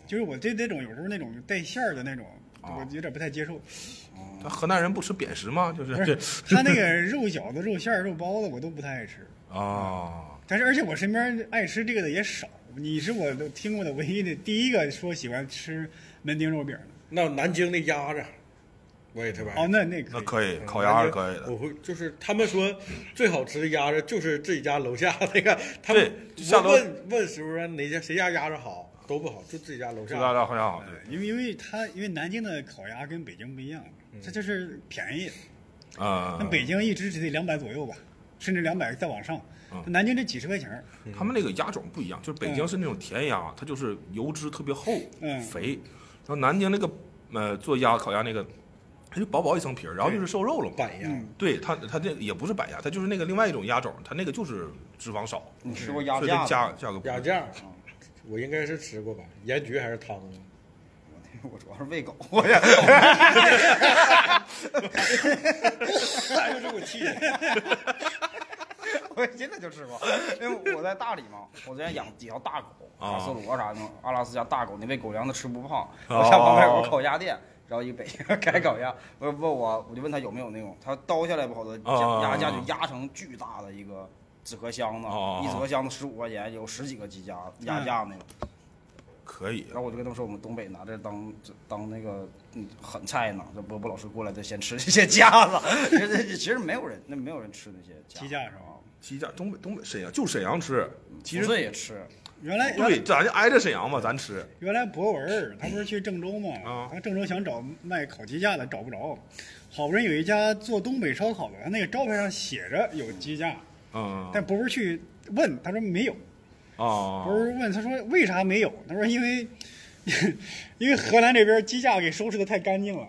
A: 就是我对那种有时候那种带馅儿的那种，
B: 啊
A: 我有点不太接受。
B: 他河南人不吃扁食吗？就是
A: 不是，他那个肉饺子、肉馅儿、肉包子我都不太爱吃，
B: 啊，
A: 但是而且我身边爱吃这个的也少。你是我都听过的唯一的第一个说喜欢吃门钉肉饼的。
C: 那南京的鸭子，我也特别爱吃。
A: 哦，那那可
B: 那
A: 以。
B: 可以，烤鸭是可以的
C: 我。会嗯就是他们说最好吃的鸭子就是自己家楼下那个，他们
B: 对下楼
C: 我问问师傅说哪家谁家鸭子好都不好，就自己家楼
B: 这大
C: 下。
B: 家好像好对
A: 因为因为它因为南京的烤鸭跟北京不一样，
B: 嗯
A: 它就是便宜。
B: 啊
A: 那、，北京一只只得两百左右吧，甚至两百再往上。
B: 嗯
A: 南京这几十块钱儿，
B: 他们那个鸭种不一样，就是北
C: 嗯
B: 京是那种甜鸭，它就是油脂特别厚、
A: 嗯
B: 肥，然后南京那个呃做鸭烤鸭那个，它就薄薄一层皮儿，然后就是瘦肉了嘛。
C: 板鸭，
A: 嗯
B: 对它，它这也不是板鸭，它就是那个另外一种鸭种，它那个就是脂肪少，
D: 你吃过鸭
B: 所以它
D: 架
B: 价价
D: 吗？
B: 格不
C: 鸭
B: 贵。
C: 架，我应该是吃过吧？盐焗还是汤啊？
D: 我主要是喂狗，我也。
A: 哎呦，这我 气的。
D: 我真的就吃过，因为我在大理嘛，我之前养几条大狗，
B: 啊
D: 卡斯罗啥的，阿拉斯加大狗，那喂狗粮它吃不胖。
B: 哦
D: 我家旁边有个烤鸭店，然后一北京开烤鸭，我问我我就问他有没有那种，他刀下来不好多
B: 哦
D: 鸭架就压成巨大的一个纸壳箱子
B: 哦哦哦，嗯
D: 一纸壳箱子十五块钱，有十几个鸡架鸭架那个。
B: 可以
D: 然后我就跟他们说，我们东北拿这当当那个嗯狠菜呢。这波波老师过来就先吃这些架子， 其实其实没有人，那没有人吃那些嗯
A: 鸡架是吧？
B: 鸡架，东北东北沈阳就沈阳吃，其
D: 不
B: 实
D: 是也吃，
A: 原来原
B: 对，
A: 来
B: 咱就挨着沈阳嘛，咱吃。
A: 原来博文儿他不是去郑州嘛，
B: 啊
A: 他郑州想找卖烤鸡架的找不着，好不容易有一家做东北烧烤的，他那个招牌上写着有鸡架，
B: 嗯
A: 但博文儿去问，他说没有。
B: 啊
A: 博，文问他说为啥没有？他说因为 因为河南这边鸡架给收拾的太干净了。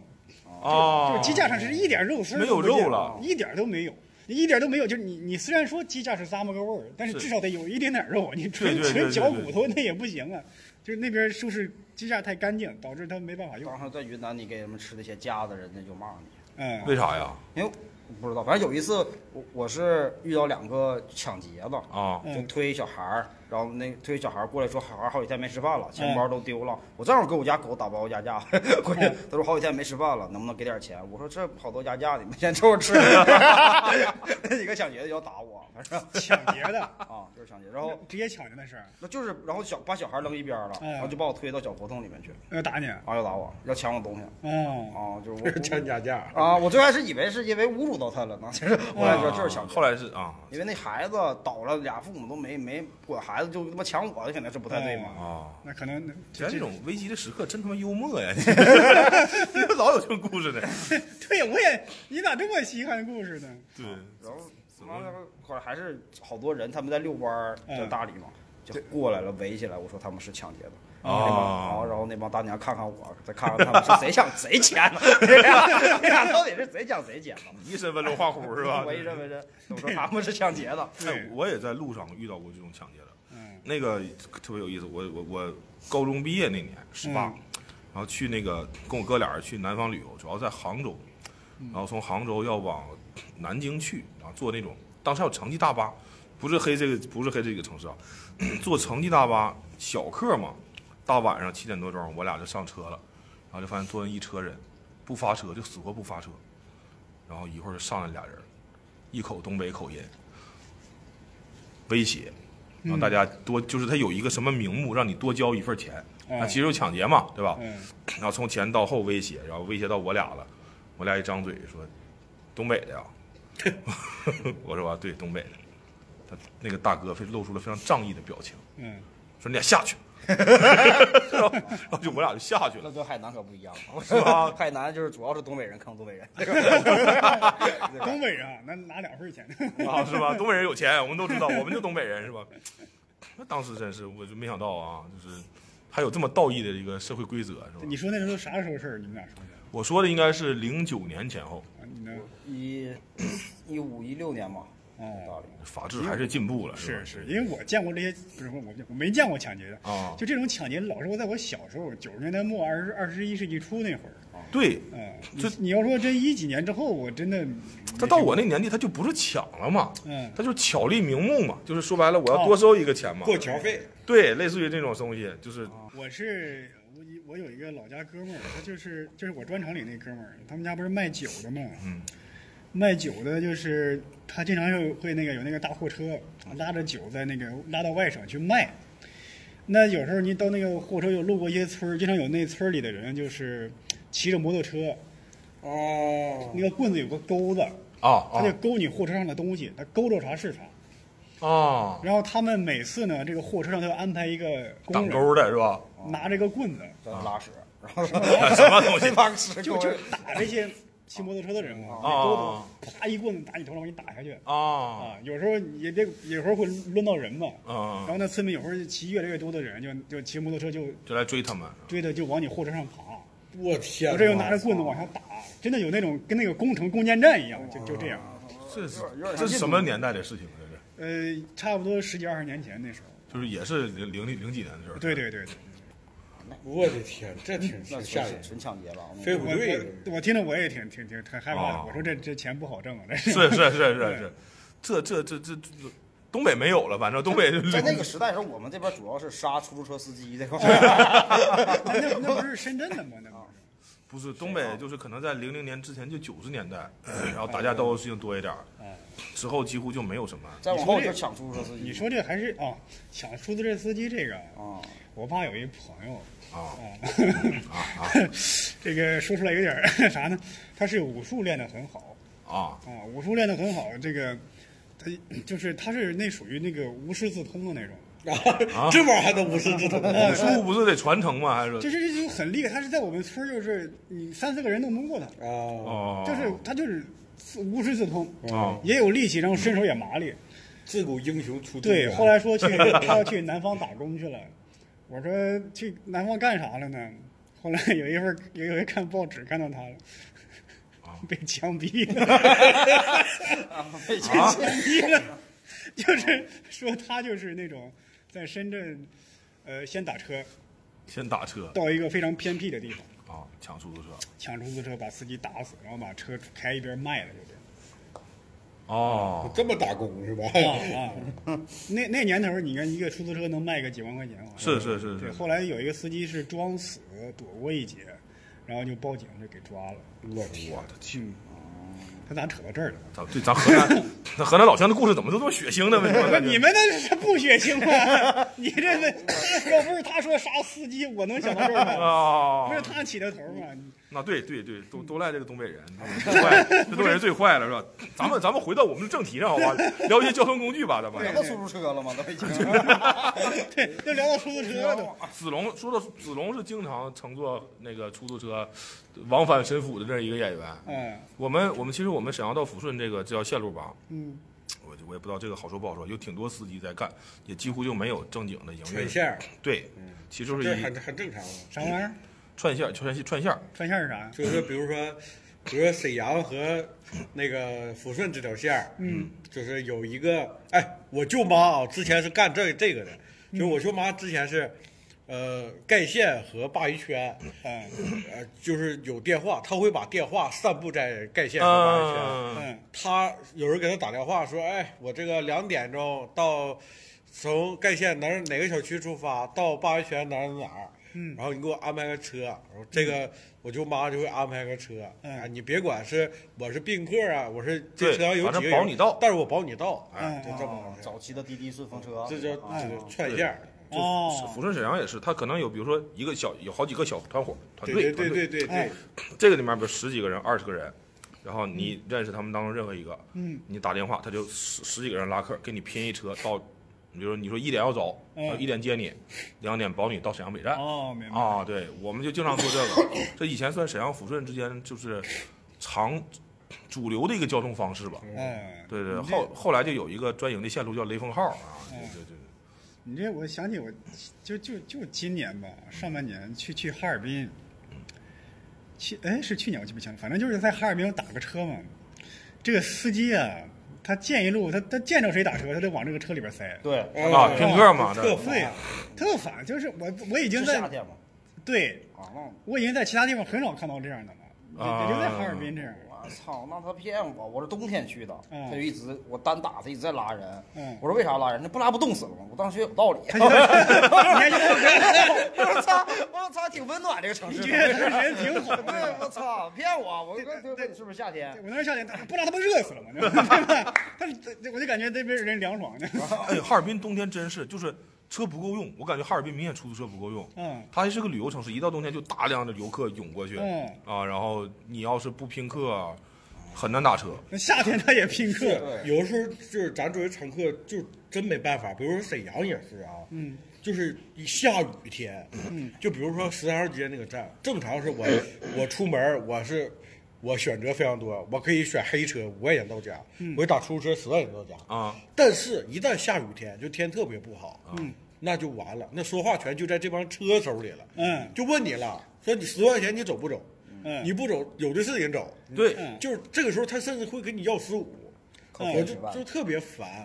B: 啊，
A: 就是鸡架上是一点肉丝儿
B: 没
A: 都
B: 有
A: 不见哦
B: 肉了
A: 一点儿都没有，一点儿都没有。就是你你虽然说鸡架是咂摸个味儿，但是
B: 是
A: 至少得有一点点肉，你
B: 对
A: 纯
B: 对对
A: 纯
B: 对
A: 嚼
B: 对
A: 骨头那也不行啊。就是那边收拾鸡架太干净，导致他没办法用
B: 啊
D: 当。时在云南，你给他们吃那些架子，人家就骂你。
A: 嗯，
B: 为啥呀？
D: 因为不知道，反正有一次我我是遇到两个抢劫的，
B: 啊，
A: 嗯
D: 就推小孩儿，然后那推小孩儿过来说，小孩儿好几天没吃饭了，
A: 嗯
D: 钱包都丢了。我正好给我家狗打包压价， 回去
A: 嗯
D: 他说好几天没吃饭了，能不能给点钱？我说这好多压价，你们先 凑合吃。 那几个抢劫的要打我，反正
A: 抢劫的，
D: 啊就是抢劫，然后
A: 直接抢劫的事儿，
D: 那就是然后小把小孩扔一边儿了，
A: 嗯
D: 然后就把我推到小胡同里面去，
A: 要呃打你。啊
D: 然后要打我，要抢我东西
A: 嗯，
D: 啊，就 是
C: 这是
D: 我
C: 抢假价，
A: 哦
D: 啊，我最开始以为是因为侮辱到他了呢，其实后来知道就是抢劫
B: 后。来是啊
D: 因为那孩子倒了，俩父母都没没管孩子，就他妈抢我的，肯定是不太对嘛。
B: 啊。
A: 那可能
B: 咱这种危机的时刻真他妈幽默呀！你你们老有这种故事呢。
A: 对，我也你咋这么稀罕故事呢？
B: 对，
D: 然后完了，后来还是好多人，他们在遛弯儿，
A: 嗯
D: 在大理嘛，就过来了，围起来，我说他们是抢劫的。
B: 哦
D: 那帮然后然后那帮大娘看看我，再看看他们是 谁抢谁捡的， 你俩到底是谁抢谁捡的？
B: 你一身温柔画虎是吧？
D: 我一认为这，我说他们是抢劫的。
B: 哎，我也在路上遇到过这种抢劫的，
A: 嗯
B: 那个特别有意思。我我我高中毕业那年十八、
A: 嗯
B: 然后去那个跟我哥俩人去南方旅游，主要在杭州，然后从杭州要往南京去，然后坐那种当时还有城际大巴，不是黑这个不是黑这个城市啊， 坐城际大巴小客嘛，大晚上七点多钟我俩就上车了，然后就发现坐那一车人不发车就死活不发车，然后一会儿就上来俩人，一口东北口音威胁。让大家多，就是他有一个什么名目，让你多交一份钱，那
A: 嗯
B: 其实就抢劫嘛，对吧？
A: 嗯，
B: 然后从前到后威胁，然后威胁到我俩了，我俩一张嘴说东北的呀， 我说啊，对，东北的。他那个大哥非露出了非常仗义的表情，
A: 嗯，
B: 说你俩下去，然后然后就我俩就下去了
D: 那。跟海南可不一样了，我
B: 是吧
D: 说海南就是主要是东北人坑东 北人，
A: 东北人啊，那拿两份儿钱。
B: 啊，是吧？东北人有钱，我们都知道，我们就东北人，是吧？那当时真是，我就没想到啊，就是还有这么道义的一个社会规则，是吧
A: 你？说那时候啥时候事儿？你们俩说的？
B: 我说的应该是零九年前后，
A: 啊你呢？
D: 一一五一六年嘛，
A: 哦。
D: 大理。
B: 法治还是进步了，
A: 是
B: 吧
A: 是，因为我见过这些，不是我我没见过抢劫的
B: 啊
A: 就这种抢劫，老是我在我小时候，九十年代末二十二十一世纪初那会儿，
B: 对，
A: 嗯，
B: 这
A: 你你要说这一几年之后，我真的没
B: 他到我那年纪，他就不是抢了嘛，
A: 嗯
B: 他就是巧立名目嘛，就是说白了，我要多收一个钱嘛，
C: 过桥费。
B: 对，类似于这种东西，就是
A: 我是我一我有一个老家哥们儿，他就是就是我专场里那哥们儿，他们家不是卖酒的嘛，
B: 嗯，
A: 卖酒的就是他经常会会那个有那个大货车拉着酒在那个拉到外省去卖。那有时候你到那个货车有路过一些村儿，经常有那村儿里的人就是骑着摩托车，
C: 哦
A: 那，个棍子有个钩子，
B: 啊
A: 他
B: 啊
A: 就勾你货车上的东西，他勾着啥是啥。
B: 哦啊，
A: 然后他们每次呢，这个货车上都要安排一个工
B: 挡
A: 人
B: 钩的是吧？
A: 拿这个棍子，
D: 在拉屎，然后
B: 什么东西
D: 这帮屎
A: 啊就
D: 狗
A: 就打这些骑摩托车的人嘛，
B: 啊
A: 那钩子啪一棍子打你头上，给你打下去。
B: 啊
A: 啊，有时候也这有时候会抡到人嘛。然后
B: 嗯，
A: 那村民有时候就骑越来越多的人，就就骑摩托车就
B: 就来追他们，
A: 追的就往你货车上爬，
C: 我天哪！
A: 我这又拿着棍子往下打，真的有那种跟那个工程攻坚战一样，就就这样。
B: 这是
D: 有点有点
B: 这
D: 像
B: 是
D: 印
B: 什
D: 度
B: 么年代的事情？啊这是
A: 呃，差不多十几二十年前那时候。
B: 就是也是零零零几年的事儿。
A: 对对对对。
C: 我的天，这
A: 嗯
C: 挺
D: 那
C: 挺吓
D: 纯
C: 人的。
D: 纯抢劫吧？我们
C: 飞虎
A: 我
C: 队
A: 我我听着我也挺挺挺挺害怕的。
B: 啊
A: 我说这这钱不好挣啊，这
B: 是，
A: 是。
B: 是是是是是，这这这这这东北没有了，反正东北
D: 在那个时代的时候，我们这 边主要是杀出租车司机这块儿。
A: 那那不是深圳的吗？那不是。
B: 不是东
A: 啊
B: 北，就是可能在零零年之前就九十年代，
A: 嗯
B: 然后打
A: 哎
B: 架斗殴事情多一点儿，之后几乎就没有什么。
D: 再往后就抢出租车司机。
A: 你 说这还是哦，抢出租车司机这个，
D: 啊，
A: 我爸有一朋友，
B: 啊
A: 啊， 这个说出来有点儿 啥呢？他是武术练得很好
B: 啊
A: 啊，武术练得很好，这个他就是他是那属于那个无师自通的那种，
C: 啊， 这玩意儿还能无师自通？啊
B: 武术不是得传承吗？还是
A: 呃就是这就很厉害，他是在我们村儿就是你三四个人弄不过他，
C: 啊，
B: 哦，
A: 就是他就是自无师自通，
B: 啊
A: 也有力气，然后身手也麻利。
C: 自古英雄出中
A: 对，
C: 原
A: 后来说去他要去南方打工去了，我说去南方干啥了呢？后来有一份儿有一回看报纸看到他了，
B: 啊
A: 被枪毙了，
D: 被抢
B: 啊，
A: 枪毙了， 就是说他就是那种在深圳，呃，先打车
B: 先打车
A: 到一个非常偏僻的地方
B: 啊，抢出租车
A: 抢出租车，把司机打死，然后把车开一边卖了，就这 样。
B: 哦，
C: 这么打工是吧？
A: 啊，那那年头儿，你看一个出租车能卖个几万块钱，好像
B: 是是是
A: 对，
B: 是，
A: 后来有一个司机是装死躲过一劫，然后就报警就给抓了。
C: 我天
B: 我，的天，
A: 嗯，他咋扯到这儿了？
B: 咱对咱河南，咱河南老乡的故事怎么都这么血腥呢？为什么感觉
A: 啊你们那是不血腥吗？ 你这个要不是他说杀司机，我能想到这儿 吗？
B: 啊
A: 不是，他起的头吗？
B: 那对对对，都都赖这个东北人，最坏，这东北人最坏了是吧？咱们咱们回到我们的正题上好吧，聊一些交通工具吧，咱
D: 聊
B: 们。
D: 到出租车了吗？都已 经。
A: 对，都聊到出租车了都。
B: 子龙说到子龙是经常乘坐那个出租车往返沈府的这样一个演员。
A: 嗯
B: 我们我们其实我们沈阳到抚顺这个这条线路吧，
A: 嗯，
B: 我就我也不知道这个好说不好说，有挺多司机在干，也几乎就没有正经的营
C: 全
B: 业。
C: 线儿，
B: 对，其实就是
C: 这很
B: 一
C: 很正常啊嘛。
A: 啥玩意儿？
B: 串线儿串线串线儿
A: 串线是啥呀？
C: 就是说，比如说，比如说沈阳和那个抚顺这条线儿，
A: 嗯，
C: 就是有一个，哎，我舅妈啊，之前是干这这个的，就是我舅妈之前是，呃，盖县和鲅鱼圈，
A: 嗯
C: 呃，就是有电话，她会把电话散布在盖县和鲅鱼圈。
B: 嗯，
A: 嗯
C: 他有人给他打电话说，哎，我这个两点钟到，从盖县哪儿哪个小区出发到鲅鱼泉哪儿哪儿，
A: 嗯
C: 然后你给我安排个车，然后这个我舅妈就会安排个车，
A: 嗯
C: 啊，你别管是我是宾客啊，我是这
B: 对
C: 车上有
B: 反
C: 几
B: 正
C: 个
B: 保
C: 人
B: 你到
C: 但是我保你到，
A: 嗯
C: 哎，就这么回事
D: 哦早期的滴滴顺风车，
C: 这叫
D: 啊
C: 这叫串线儿，
A: 哦
B: 抚，顺沈阳也是，他可能有比如说一个小有好几个小团伙团
C: 对
B: 队团
C: 对
B: 队
C: 对，对
A: 哎
C: 对，
B: 这个里面比如十几个人二十个人，然后你认识他们当中任何一个，
A: 嗯
B: 你打电话他就十十几个人拉客给你拼一车到，比如说你说一点要走，
A: 嗯
B: 然后一点接你，两点保你到沈阳北站。
A: 哦，明白。
B: 啊，对，我们就经常做这 个，这以前算沈阳抚顺之间就是常主流的一个交通方式吧。
A: 嗯，
B: 对对，
A: 你这
B: 后后来就有一个专营的线路叫雷锋号啊，对
A: 嗯
B: 对对，
A: 你这我想起我，就就就今年吧，上半年去去哈尔滨，去哎是去年我记不清了，反正就是在哈尔滨我打个车嘛，这个司机啊，他见一路他他见着谁打车，他就往这个车里边塞，
D: 对，
C: 嗯
B: 啊听歌嘛这
C: 特
A: 对
C: 烦，，
A: 特烦，就是我我已经
D: 是夏
A: 在
D: 天嘛，
A: 对
D: 啊，那
A: 我已经在其他地方很少看到这样的了，也也就在哈尔滨这样。
D: 我操，那他骗我，我是冬天去的，
A: 嗯
D: 他就一直我单打，他一直在拉人，
A: 嗯
D: 我说为啥拉人？那不拉不冻死了吗？我当时觉得有道理，
A: 他就
D: 我说操， 我说操，挺温暖这个 城
A: 你
D: 市，
A: 觉得他人挺好
D: 对，
A: 的。
D: 我操，骗我，我说这这是不是夏天？
A: 我当时夏天，他不知道他不热死了吗？对吧？ 他我就感觉这边人凉爽 的。
B: 哎，哈尔滨冬天真是就是车不够用，我感觉哈尔滨明显出租车不够用，
A: 嗯
B: 它还是个旅游城市，一到冬天就大量的游客涌过去，
A: 嗯
B: 啊，然后你要是不拼客，很难打车，
A: 那夏天他也拼
C: 是
A: 客，
C: 有的时候就是咱作为乘客就真没办法，比如说沈阳也是啊，
A: 嗯，
C: 就是一下雨天，嗯，就比如说十三号街那个站，正常 是我我出门我是我选择非常多，我可以选黑车五块钱到家，
A: 嗯
C: 我打出租车十块钱到家，
B: 啊，
C: 但是一旦下雨天，就天特别不好，
B: 嗯，
C: 那就完了，那说话权就在这帮车手里了，
A: 嗯
C: 就问你了，说你十块钱你走不走？
A: 嗯
C: 你不走，有的是人走，
B: 对，
A: 嗯
C: 就是这个时候他甚至会跟你要十五，
A: 嗯
C: 哎我就就特别烦。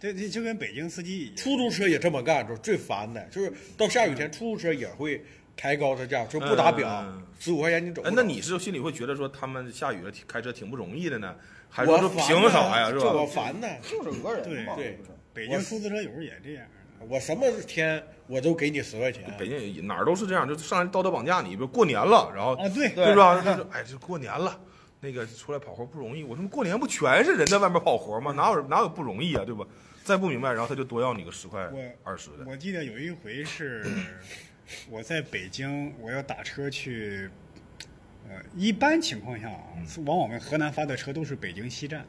A: 对对，就跟北京司机一样。
C: 出租车也这么干，就是最烦的，就是到下雨天，出租车也会抬高车价，就不打表
B: 嗯，
C: 十五块钱你走不
B: 哎
C: 走。，
B: 那你是心里会觉得说他们下雨了挺开车挺不容易的呢，还是
C: 我
B: 说
C: 烦
B: 凭
C: 呐
B: 啥呀，是
C: 这
B: 吧？
C: 我烦呢，
D: 就是讹人嘛，
C: 对
D: 不是
A: 北京出租车有时候也这样。
C: 我什么天我都给你十块钱。
B: 北京也哪儿都是这样，就上来道德绑架你，比如过年了，然后
A: 啊对
B: 对吧？就是哎，这过年了，那个出来跑活不容易，我他妈过年不全是人在外面跑活吗？哪有哪有不容易啊，对吧？再不明白，然后他就多要你个十块
A: 我
B: 二十的，
A: 我记得有一回是我在北京，我要打车去，呃，一般情况下啊，
C: 嗯
A: 往我们河南发的车都是北京西站，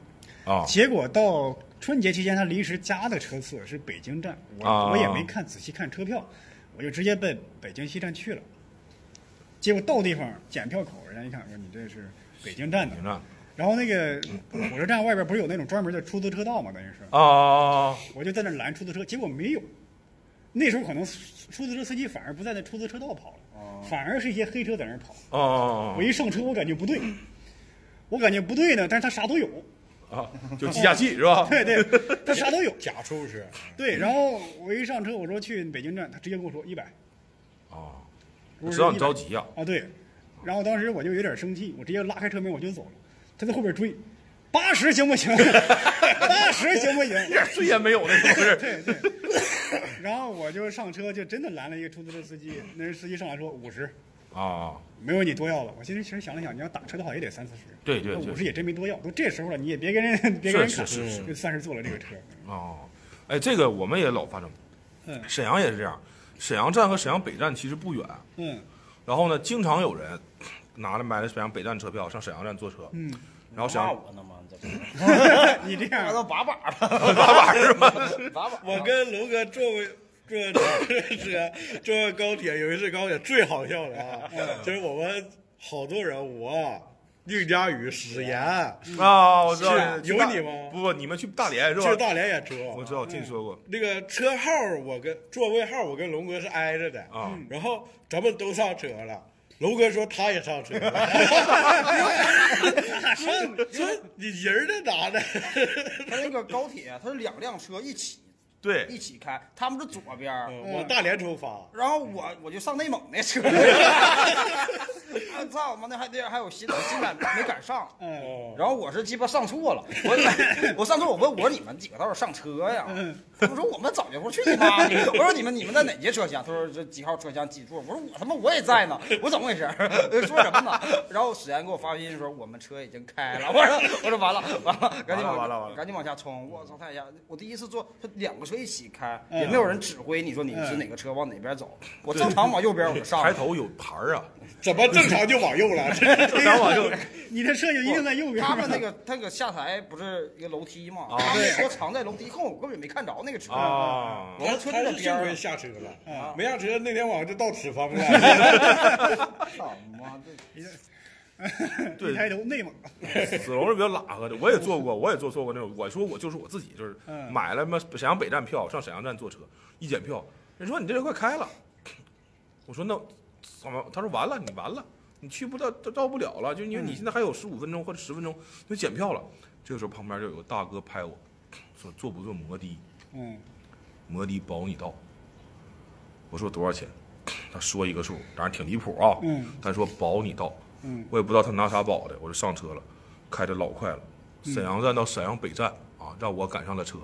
B: 啊
A: 结果到春节期间，他临时加的车次是北京站，我、
B: 啊
A: 我也没看仔细看车票，我就直接奔北京西站去了。结果到地方检票口，人家一看说你这是北京站的
B: 你，看啊
A: 然后那个火车站外边不是有那种专门的出租车道吗？等于是，
B: 啊啊啊
A: 我就在那拦出租车，结果没有。那时候可能出租车司机反而不在那出租车道跑
B: 哦
A: 了，反而是一些黑车在那儿跑。
B: 啊啊
A: 我一上车，我感觉不对，我感觉不对呢，但是他啥都有，
B: 啊啊，就计价器是吧？
A: 对对，他啥都有。
C: 假出租车，
A: 对，然后我一上车，我说去北京站，他直接跟我说一百。
B: 啊，
A: 我
B: 知
A: 说
B: 道你
A: 100
B: 着急呀，哦
A: 啊，对。然后当时我就有点生气，我直接拉开车门我就走了。他在后边追，八十行不行？ 八十行不行？
B: 一点罪也没有那是不是？
A: 对对。然后我就上车，就真的拦了一个出租车司机。那人司机上来说五十，
B: 啊，
A: 没有你多要了。我其实其实想了想，你要打车的话也得三四十。
B: 对对对
A: 五十也真没多要，都这时候了，你也别跟人别跟人
B: 是
A: 砍，
B: 是是
A: 就算是坐了这个车。
B: 哦，哎，这个我们也老发生，
A: 嗯
B: 沈阳也是这样，沈阳站和沈阳北站其实不远，
A: 嗯
B: 然后呢，经常有人拿着买了沈阳北站车票上沈阳站坐车，
A: 嗯，
B: 然后沈
D: 骂
B: 阳
D: 我呢吗？这不是
A: 你这
D: 骂
A: 样
D: 到 把把了，
B: 八百是吧？
D: 把把。
C: 我跟龙哥坐过坐过车，坐过高铁。有一次高铁最好笑的啊，
B: 嗯
C: 就是我们好多人，我、宁佳宇、史岩
B: 啊，我知道
C: 是
B: 去大
C: 有你吗
B: 不不，你们去大连是吧
C: 去？大连演出，
B: 我知道，我听说过
C: 那个车号我跟座位号我跟龙哥是挨着的
B: 啊
C: 然后咱们都上车了。龙哥说他也上 车了，说说你人儿在哪呢？
D: 他那个高铁，他是两辆车一起一
B: 对，
D: 起开，他们是左边儿，
A: 嗯
C: 往大连出发，
D: 然后我我就上内蒙 那车，我操妈那还得还有新新赶没赶上，
A: 嗯
D: 然后我是鸡巴上 错了，我我上错我问我说你们几个到时候上车呀？
B: 嗯
D: 他们说我们早就我说去你妈！ 我说你们你们在哪节车厢？他说这几号车厢几座？我说我他妈我也在呢，我怎么回事？ 说什么呢？然后史岩给我发微信说我们车已经开了，我说我说完了完了，赶紧往
B: 完了完了
D: 赶紧往下冲！我操太吓！我第一次坐，他两个车一起开，也没有人指挥你说你是哪个车往哪边走，我正常往右边我就上
B: 抬
D: 了。
B: 头有牌儿啊，
C: 怎么正常就往右 了？
B: 然后我就
A: 你的车就一定在右边。
D: 他们那个那个下台不是一个楼梯吗？
B: 啊
D: 他们说藏在楼梯后，我根本没看着那个车。
B: 啊
D: 我们村
C: 他
D: 子
C: 是幸
D: 边儿
C: 亏
D: 啊，
C: 下车了
A: 啊，
C: 没下车那天晚上就到此方了。
D: 操你妈这
B: 对
A: 一抬头内蒙。
B: 子龙是比较拉和的，我也坐过，我也坐坐过那种。我说我就是我自己，就是
A: 嗯
B: 买了嘛沈阳北站票，上沈阳站坐车，一检票，人说你这车快开了，我说那怎么？他说完了，你完了，你去不到到到不了了，就因为
A: 嗯
B: 你现在还有十五分钟或者十分钟就检票了。这个时候旁边就有个大哥拍我说坐不坐摩的？
A: 嗯
B: 摩的保你到。我说多少钱？他说一个数，当然挺离谱啊。
A: 嗯
B: 他说保你到。
A: 嗯
B: 我也不知道他拿啥保的，我就上车了，开的老快了。沈阳站到沈阳北站啊，让我赶上了车。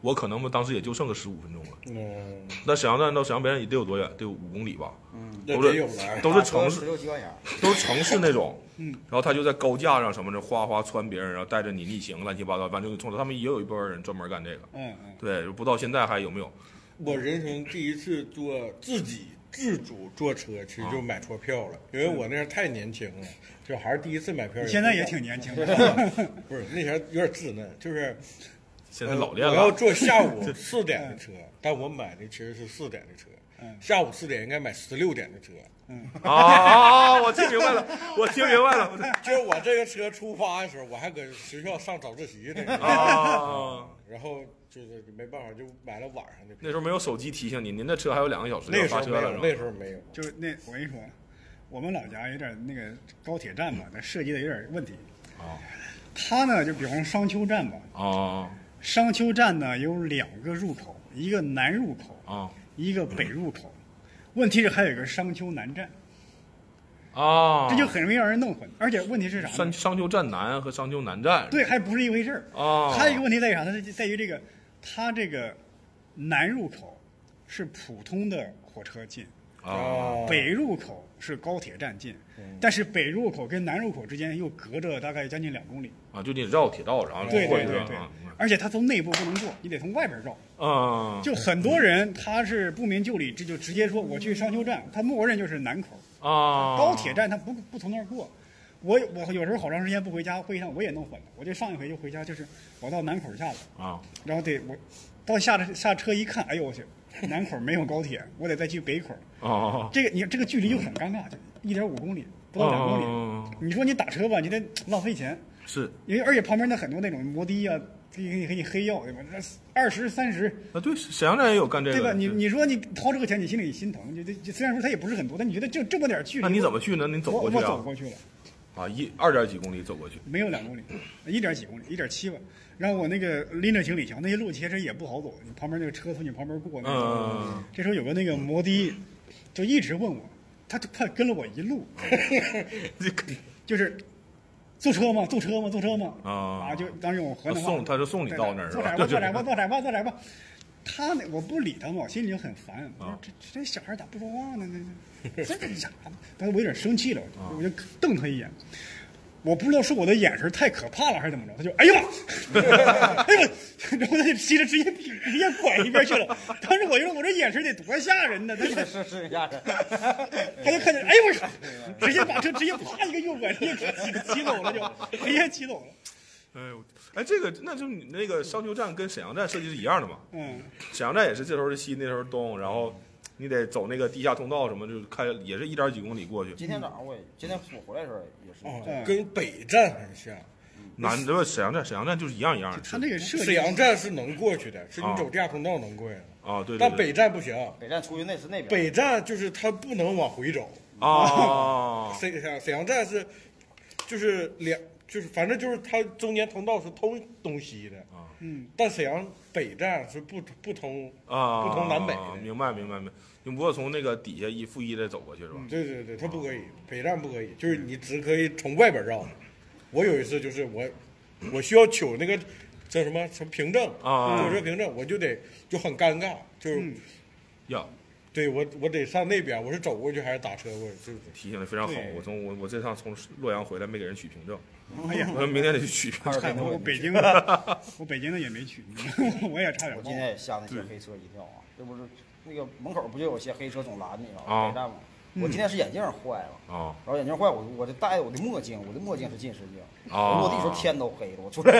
B: 我可能当时也就剩个十五分钟了。
C: 嗯，
B: 那沈阳站到沈阳北站也得有多远？得有五公里吧？
C: 那
B: 都
C: 得有
B: 是
C: 了。
B: 都是城
D: 十
B: 市，
D: 六七万元，
B: 都是城市那种。然后他就在高架上什么的哗哗穿别人，然后带着你逆行，乱七八糟，反正就冲着他们也有一波人专门干这个。
A: 嗯嗯，
B: 对，就不知道现在还有没有？
C: 我人生第一次坐自己自主坐车，其实就买错票了，因为我那时候太年轻了，就还是第一次买票。
A: 嗯现在也挺年轻的。
C: 不是那前儿有点稚嫩，就是
B: 现在老练
C: 我要
B: 了。嗯
C: 坐下 午四点的车，但我买的其实是四点的车。下午四点应该买十六点的车，
B: 啊啊啊！我听明白了，我听明白了。我听
C: 就是我这个车出发的时候，我还搁学校上早 自习呢。
B: 啊，
C: 然后就是没办法，就买了晚上的
B: 那
C: 票。
B: 时候没有手机提醒你，您的车还有两个小时
C: 那
B: 要
C: 时候
B: 发
C: 没
B: 车了
C: 有，
B: 是吧。
C: 那时候没有。
A: 就是那我跟你说，我们老家有点那个高铁站吧，它设计的有点问题。
B: 啊
A: 它呢，就比方说商丘站吧，
B: 啊
A: 商丘站呢有两个入口，一个南入口，
B: 啊
A: 一个北入口。问题是还有一个商丘南站，
B: 啊！
A: 这就很容易让人弄混。而且问题是啥
B: 商
A: 呢？
B: 商丘站南和商丘南站。
A: 对，还不是一回事儿。
B: 啊
A: 还有一个问题在于啥？它是在于这个，它这个南入口是普通的火车进，
B: 啊，
C: 哦
A: 北入口是高铁站进，但是北入口跟南入口之间又隔着大概将近两公里。
B: 啊，就得绕铁道，然后
A: 对
B: 过啊
A: 对
B: 去
A: 对对，
B: 嗯
A: 而且它从内部不能过，你得从外边绕。
B: 啊，
A: 就很多人他是不明就里，这就直接说我去商丘站，他默认就是南口。
B: 啊，
A: 高铁站他不不从那儿过。我我有时候好长时间不回家，会上我也弄混了。我就上一回就回家，就是我到南口下了，
B: 啊，
A: 然后得我到下了下车一看，哎呦我去，南口没有高铁，我得再去北口。
B: 哦，
A: 这个你这个距离就很尴尬，就一点五公里，不到两公里。
B: 哦
A: 你说你打车吧，你得浪费钱，
B: 是
A: 因为而且旁边那很多那种摩的啊，给你给你黑药对吧？那二十三十，
B: 啊，对，沈阳站也有干这个
A: 对
B: 的，
A: 吧？你你说你掏这个钱，你心里心疼。你这这虽然说它也不是很多，但你觉得就这么点距离，
B: 那你怎么去呢？你走
A: 我
B: 过
A: 我
B: 去
A: 走
B: 啊？
A: 过去了，
B: 啊，一二点几公里走 过去，
A: 没有两公里，一点几公里，一点七吧。然后我那个拎着行李箱，那些路其实也不好走，你旁边那个车从你旁边过，那个
B: 嗯
A: 这时候有个那个摩的，就一直问我，他他跟了我一路，
B: 这个
A: 就是坐车吗？坐车吗？坐车吗？
B: 啊
A: 就当时用河南话
B: 送他就送你到那儿是
A: 坐
B: 吧
A: 哪？吧，坐哪吧，坐哪吧，坐哪吧。他那我不理他嘛，我心里就很烦。我说
B: 啊
A: 这这小孩咋不说话呢？那这这这呀，当时我有点生气了，
B: 啊
A: 我就瞪他一眼。我不知道是我的眼神太可怕了还是怎么着，他就哎呀妈， 哎呦我， 然后他就直接直接直接拐一边去了。当时我就说，我这眼神得多吓人呢！他就
D: 试试一下子，
A: 他就看见，哎呦我操！直接把车直接啪一个右拐，直接骑骑走了就，直接骑走了。
B: 哎呦，哎，这个那就你那个商丘站跟沈阳站设计是一样的嘛？
A: 嗯，
B: 沈阳站也是这头是西，那头是东，然后你得走那个地下通道什么，就开也是一点几公里过去。
D: 今天早上我也，今天我回来的时候也是，
A: 嗯
C: 啊跟北站很像，
B: 南的沈阳站，沈阳站就是一样一样的。
A: 他那个设计，
C: 沈阳站是能过去的，是
B: 啊
C: 你走地下通道能过去的，
B: 啊，对对对。
C: 但北站不行。
D: 北站出去那是那边，
C: 北站就是它不能往回走，
B: 啊，
C: 沈阳沈阳站是就是两就是反正就是它中间通道是通东西的，
A: 嗯，
C: 但沈阳北站是不不通
B: 啊，
C: 不通南北
B: 啊
C: 的。
B: 明白明白明白，你不会从那个底下一负一的走过去是吧？
C: 对对对，它不可以，北站不可以，就是你只可以从外边绕。我有一次就是我我需要取那个叫什么什么凭证
B: 啊
C: 火车凭证，我就得就很尴尬，就是、
B: 呀，
C: 对我我得上那边，我是走过去还是打车过去？就是
B: 提醒的非常好
A: 对。
B: 我从我我这趟从洛阳回来没给人取凭证，
A: 哎呀，
B: 我明天得去取凭
D: 哈尔
B: 证。
A: 看
D: 滨
A: 我
D: 我
A: 北 京的，我北京的也没去， 我也差点
D: 我
A: 忘
D: 今
A: 了。
D: 天也吓那些黑车一跳啊！这不是那个门口不就有些黑车总拦你
B: 啊
D: 啊？北站吗？我今天是眼镜坏了，
B: 啊
D: 然后眼镜坏，我我就戴我的墨镜，我的墨镜是近视镜。
B: 啊
D: 我落地时候天都黑了，我 出来，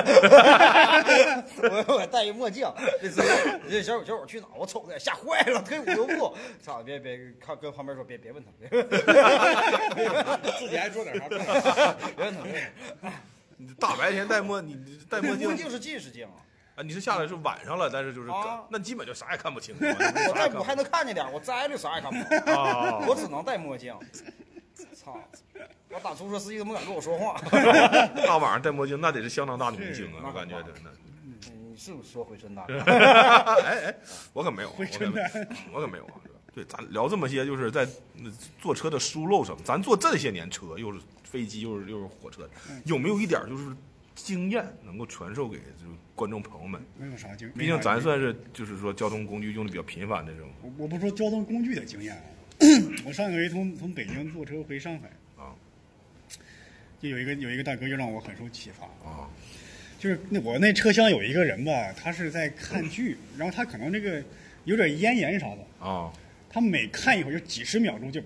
D: 我我戴一墨镜。这次这小伙小伙去哪儿？我瞅着也吓坏了，退五六步。 操！别别看跟旁边说，别别问他，别
C: 自己爱做点啥做点啥。
D: 别问他。别问
B: 你大白天戴墨，你你戴
D: 他
B: 墨
D: 墨
B: 镜
D: 镜是近视镜啊！
B: 啊，你是下来是晚上了，但是就是
D: 啊
B: 那基本就啥也看不清楚啊。
D: 我
B: 啥也
D: 戴
B: 看
D: 我
B: 不
D: 还
B: 清
D: 能看见点儿，我摘了啥也看不着。
B: 啊
D: 我只能戴墨镜。操！我打出租车司机都没敢跟我说话。
B: 大晚上戴墨镜，那得是相当大的明星啊，
D: 那
B: 我感觉
D: 可
B: 真的。
D: 你是不是说回春丹？
B: 哎哎，我可没有啊，我可
A: 真
B: 没
A: 的
B: 有，我可没有啊。是吧对，咱聊这么些，就是在嗯坐车的疏漏上，咱坐这些年车，又是飞机，又是又是火车，有没有一点就是经验能够传授给就是观众朋友们？
A: 没有啥经，
B: 毕竟咱算是就是说交通工具用的比较频繁这种
A: 我我不说交通工具的经验啊，我上回从从北京坐车回上海，
B: 啊
A: 就有一个有一个大哥就让我很受启发，
B: 啊
A: 就是那我那车厢有一个人吧，他是在看剧，然后他可能这个有点咽炎啥的，
B: 啊
A: 他每看一会儿就几十秒钟就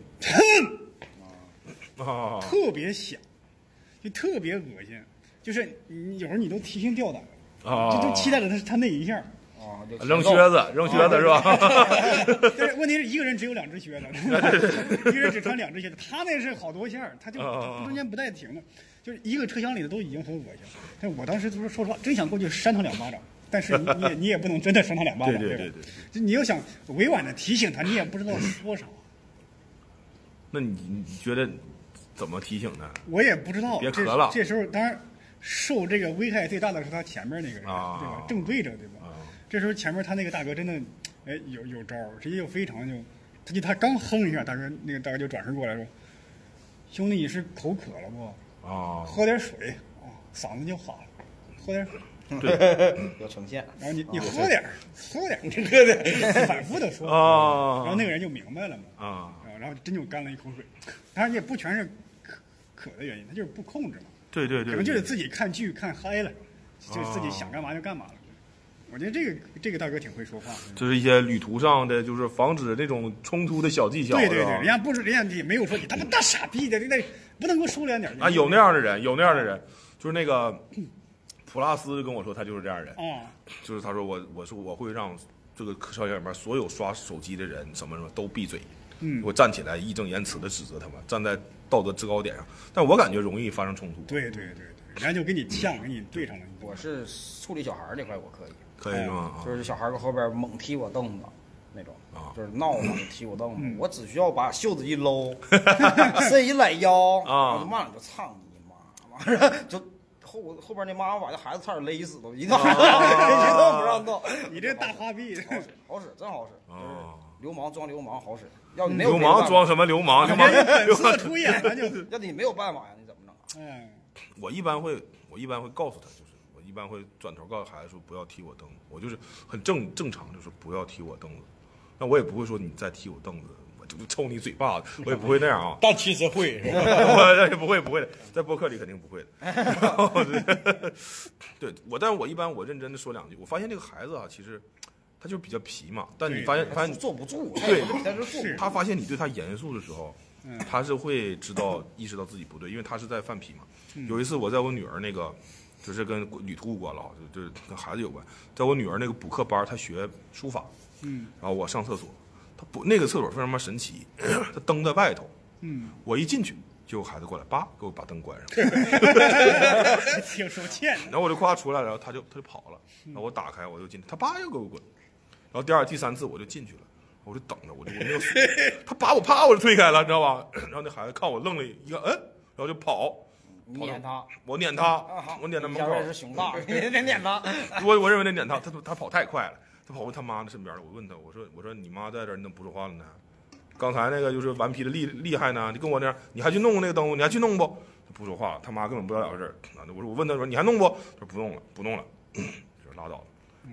B: 啊
A: 特别响，就特别恶心，就是你有时候你都提心吊胆，
B: 啊！
A: 就就期待着他他那一下。
D: 啊，就
B: 扔靴子，扔靴子是吧？
A: 但是问题是一个人只有两只 靴子，一个人只穿两只靴子，他那是好多线儿，他就
B: 哦
A: 中间不带停的，就是一个车厢里的都已经很恶心了。但我当时就是说实话，真想过去扇他两巴掌，但是你你也你也不能真的扇他两巴掌，
B: 对对
A: 吧
B: 对对
A: 就你又想委婉的提醒他，你也不知道说啥，
B: 那你你觉得怎么提醒呢？
A: 我也不知道。
B: 别
A: 这
B: 咳了
A: 这时候当然受这个危害最大的是他前面那个人，
B: 啊
A: 对吧？正对着，对吧？
B: 啊
A: 这时候前面他那个大哥真的，哎，有有招儿，直接就非常就，他就他刚哼一下，大哥那个大哥就转身过来说：“兄弟，你是口渴了不？
B: 啊
A: 喝点水啊，嗓子就好了，喝点水。”
D: 有呈现。
A: 然后
B: 啊
A: 你你喝点儿，喝点儿，
C: 你喝 的，，
A: 反复的说，
B: 啊
A: 然后那个人就明白了嘛，
B: 啊，
A: 啊然后真就干了一口水，当然也不全是渴渴的原因，他就是不控制嘛，
B: 对对对，
A: 可能就是
B: 对
A: 自己看剧看嗨了，就是自己
B: 啊
A: 想干嘛就干嘛了。我觉得这个这个大哥挺会说话的，
B: 这是一些旅途上的，就是防止那种冲突的小技巧，
A: 对对
B: 是吧
A: 对，人家不是人家也没有说你他妈大傻逼的，你得不能给我收敛点儿
B: 啊，有那样的人，有那样的人，就是那个普拉斯跟我说，他就是这样的人，
A: 啊，
B: 就是他说我我说我会让这个课校里面所有刷手机的人什么什么都闭嘴，
A: 嗯
B: 我站起来义正言辞的指责他们，站在道德制高点上，但我感觉容易发生冲突，
A: 对对对对，人家就给你呛，给你对上了。
D: 我是处理小孩儿这块我可以，
B: 可以
A: 哦
B: 吗？啊
D: 就是小孩儿搁后边猛踢我凳子那种
B: 啊，嗯
D: 就是闹嘛，就踢我凳子，我只需要把袖子 一搂，伸一懒腰，
B: 啊
D: 我就骂你就操你妈，完了就后后边那妈妈把这孩子差点勒死都，一个
B: 啊
D: 孩子 一动不让动，
A: 你这大花 臂，
D: 好
B: 哎
D: 使，好使，真好使，就是
B: 哦
D: 流氓装流氓好使，要你没有
B: 流
D: 别的办
B: 氓
D: 法
B: 装，什么 流氓？流氓
A: 本
B: 流
A: 色
B: 氓，
A: 出演了就是，
D: 要你没有办法呀，你怎么 整啊？
A: 嗯，
B: 我一般会我一般会告诉他，就是我一般会转头告诉孩子说不要踢我凳子，我就是很正正常，就是不要踢我凳子，那我也不会说你再踢我凳子。我就抽你嘴巴子，我也不会那样啊
C: 但其实会是吧？
B: 我不会不会的，在播客里肯定不会的。然后对 对我，但是我一般我认真的说两句，我发现这个孩子啊，其实他就比较皮嘛，但你
A: 对
B: 发现发现
D: 坐不住，
B: 对
D: 但是坐不住。
B: 他发现你对他严肃的时候，
A: 嗯
B: 他是会知道意识到自己不对，因为他是在犯脾嘛。
A: 嗯
B: 有一次我在我女儿那个，就是跟旅途无关了啊，就就是跟孩子有关，在我女儿那个补课班儿，她学书法，
A: 嗯，
B: 然后我上厕所，她不那个厕所非常妈神奇，她灯在外头，
A: 嗯，
B: 我一进去就有孩子过来，叭给我把灯关上，
A: 挺手欠的。
B: 然后我就夸出来，然后他就他就跑了，然后我打开我就进去，他爸又给我滚，然后第二第三次我就进去了，我就等着，我就我没有，他把我啪我就推开了，你知道吧？ 然后那孩子看我愣了一个，嗯，然后就跑，
D: 你撵他，
B: 我撵他
D: 啊好，，
B: 我撵他门
D: 小
B: 口
D: 瑞，是熊 大，你得撵他。
B: 我我认为那撵他，他他跑太快了，他跑回他妈的身边了。我问他，我说我说你妈在这儿，你怎么不说话了呢？刚才那个就是顽皮的厉厉害呢，你跟我那样，你还去弄那个灯，你还去弄不？他不说话了，他妈根本不知道咋回事儿。啊我说我问他说你还弄不？他说不弄了，不弄了， 就是拉倒了，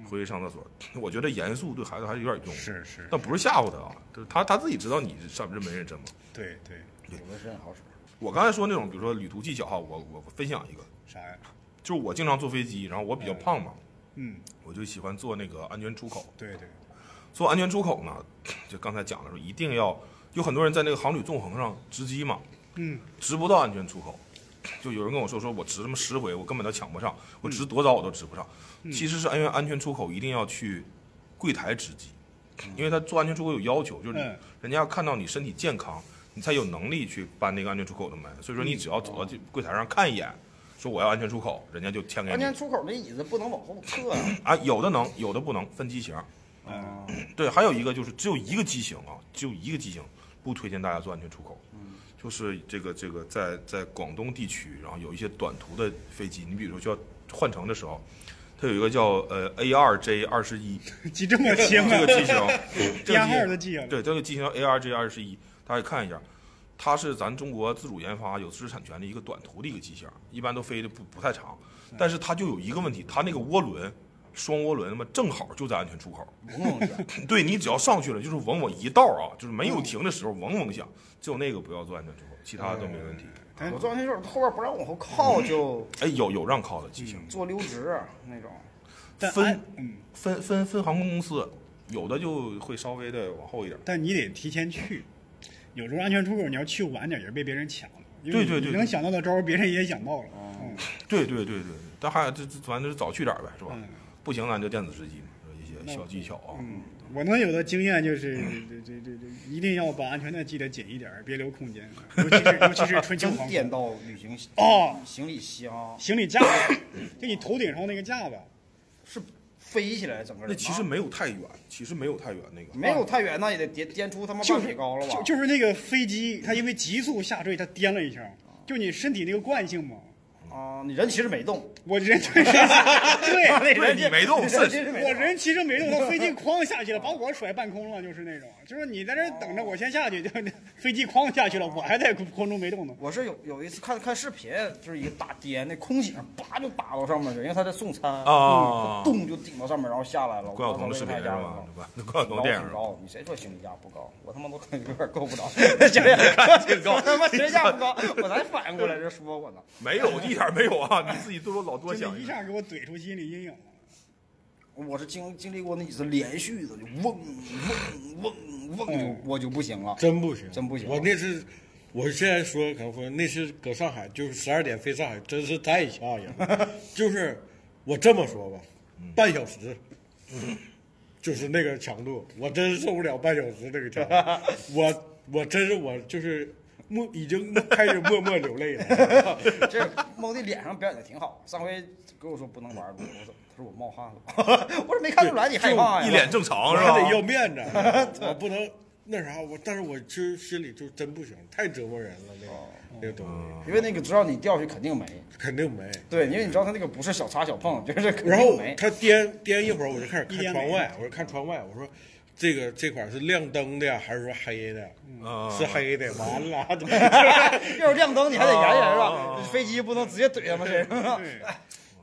B: 回去上厕所。我觉得严肃对孩子还是有点用，
A: 是是，
B: 但不是吓唬他啊，就是他他自己知道你上认没认真嘛。
A: 对对，
D: 有的是很好使，
B: 我刚才说那种，比如说旅途技巧哈，我我我分享一个，
A: 啥呀？
B: 就是我经常坐飞机，然后我比较胖嘛，
A: 嗯，
B: 我就喜欢坐那个安全出口。
A: 对对，
B: 做安全出口呢， 就刚才讲的时候，一定要有很多人在那个航旅纵横上值机嘛，
A: 嗯，
B: 值不到安全出口。就有人跟我说，说我值他妈十回，我根本都抢不上，我值多少我都值不上。其实是安全安全出口一定要去柜台值机，因为他做安全出口有要求，就是
A: 嗯
B: 人家要看到你身体健康，你才有能力去搬那个安全出口的门。所以说，你只要走到这柜台上看一眼，说我要安全出口，人家就签给
D: 关
B: 你
D: 键。出口那椅子不能往后撤呀。
B: 啊，有的能，有的不能，分机型。
A: 啊，
B: 对，还有一个就是只有一个机型啊，只有一个机型不推荐大家做安全出口。嗯，就是这个这个在在广东地区，然后有一些短途的飞机，你比如说要换乘的时候，它有一个叫呃 A 二 J 二十一
A: 记这 么清
B: 这个
A: 啊？
B: 机型，这
A: 编号
B: 个
A: 都
B: 机
A: 记下来。
B: 对这个机型 A 二 J 二十一，大家看一下。它是咱中国自主研发、有知识产权的一个短途的一个机型，一般都飞的不不太长，但是它就有一个问题，它那个涡轮双涡轮嘛，正好就在安全出口，
D: 嗡 嗡响，
B: 对你只要上去了，就是嗡嗡一道啊，就是没
A: 嗯
B: 有停的时候嗡嗡响，只有那个不要做安全出口，其他的都没问题。
D: 我坐那时候后边不让往后靠，就
B: 哎，有有让靠的机型，
D: 做溜直那种。
A: 嗯但
B: 分
A: 安嗯，
B: 分分分航空公司，有的就会稍微的往后一点。
A: 但你得提前去。有时候安全出口你要去晚点，也是被别人抢了。因
B: 对
A: 为
B: 对
A: 你
B: 对
A: 能想到的招儿，别人也想到了。嗯，
B: 对对对对，对但还这这反正就是早去点儿呗，是吧
A: 嗯？
B: 不行咱就电子时机嘛，一些小技巧啊。
A: 嗯，我能有的经验就是，这这这这一定要把安全带系得紧一点儿，别留空间，尤其是尤其是春秋
D: 真
A: 航空，
D: 颠到旅行
A: 哦
D: 行李箱
A: 行李架，就你头顶上那个架子，
D: 是飞起来整个
B: 那
D: 人吗。
B: 其实没有太远，其实没有太远那个。
D: 没有太远，那也得颠颠出他妈
A: 就
D: 半
A: 是
D: 米高了吧
A: 就？就是那个飞机，它因为急速下坠，它颠了一下，就你身体那个惯性嘛，
D: 啊，你人其实没动，
A: 我人确实对，
B: 啊对 你没动
D: 人
B: 是
D: 其实没
A: 我
D: 动。
A: 人骑着没动，他飞机哐下去了，把我甩半空了，就是那种，就是你在这儿等着，我先下去，就 飞机哐下去了，我还在空中没动呢。
D: 我是有有一次看看视频，就是一个大颠，那空姐叭就打到上面去，因为她在送餐
B: 啊
D: 嗯咚就顶到上面，然后下来了。
B: 关晓彤的视频是吧？那关晓彤电影
D: 很高，你谁说行李架不高？我他妈都有点够 不着，行李架高，他妈行李架不高，我才反应过来这说我呢。
B: 没有一点没有啊！你自己多老多
A: 真
B: 想
A: 的，一
B: 下。
A: 下给我怼出心理阴影了。
D: 我是经经历过那几次连续的，就嗡嗡嗡
B: 哎
D: 嗡，就我就不行了。
C: 真不行，
D: 真不行
C: 我那次，我现在说可能说那次搁上海，就是十二点飞上海，真是太吓人 了。就是我这么说吧，
D: 嗯
C: 半小时，就是那个强度，我真受不了半小时这个强 度。我我真是我就是默已经开始默默流泪了。
D: 这猫的脸上表演的挺好，上回跟我说不能玩儿，我说他说我冒汗了，我说没看出来你害怕呀，
B: 一脸正常
C: 我
B: 是
C: 还
D: 啊
C: 得要
B: 吧？
C: 面子， 我不能那啥，我但是我其实心里就真不行，太折磨人了那
D: 哦
C: 个、那个东西，
D: 因为那个知道你掉下去肯定没，
C: 肯定没。
D: 嗯对，因为你知道他那个不是小擦小碰，就是肯
C: 然后
D: 定没。
C: 他颠颠一会儿，我就开始
A: 一颠
C: 看
A: 没
C: 窗外，我就
D: 嗯
C: 看窗外，我说这个这块儿是亮灯的呀，还是说黑的？
B: 啊
C: 是黑的，完了，
D: 要是亮灯你还得研研
B: 哦哦
D: 是吧
B: 哦？
D: 飞机不能直接怼他们身上。
A: 对，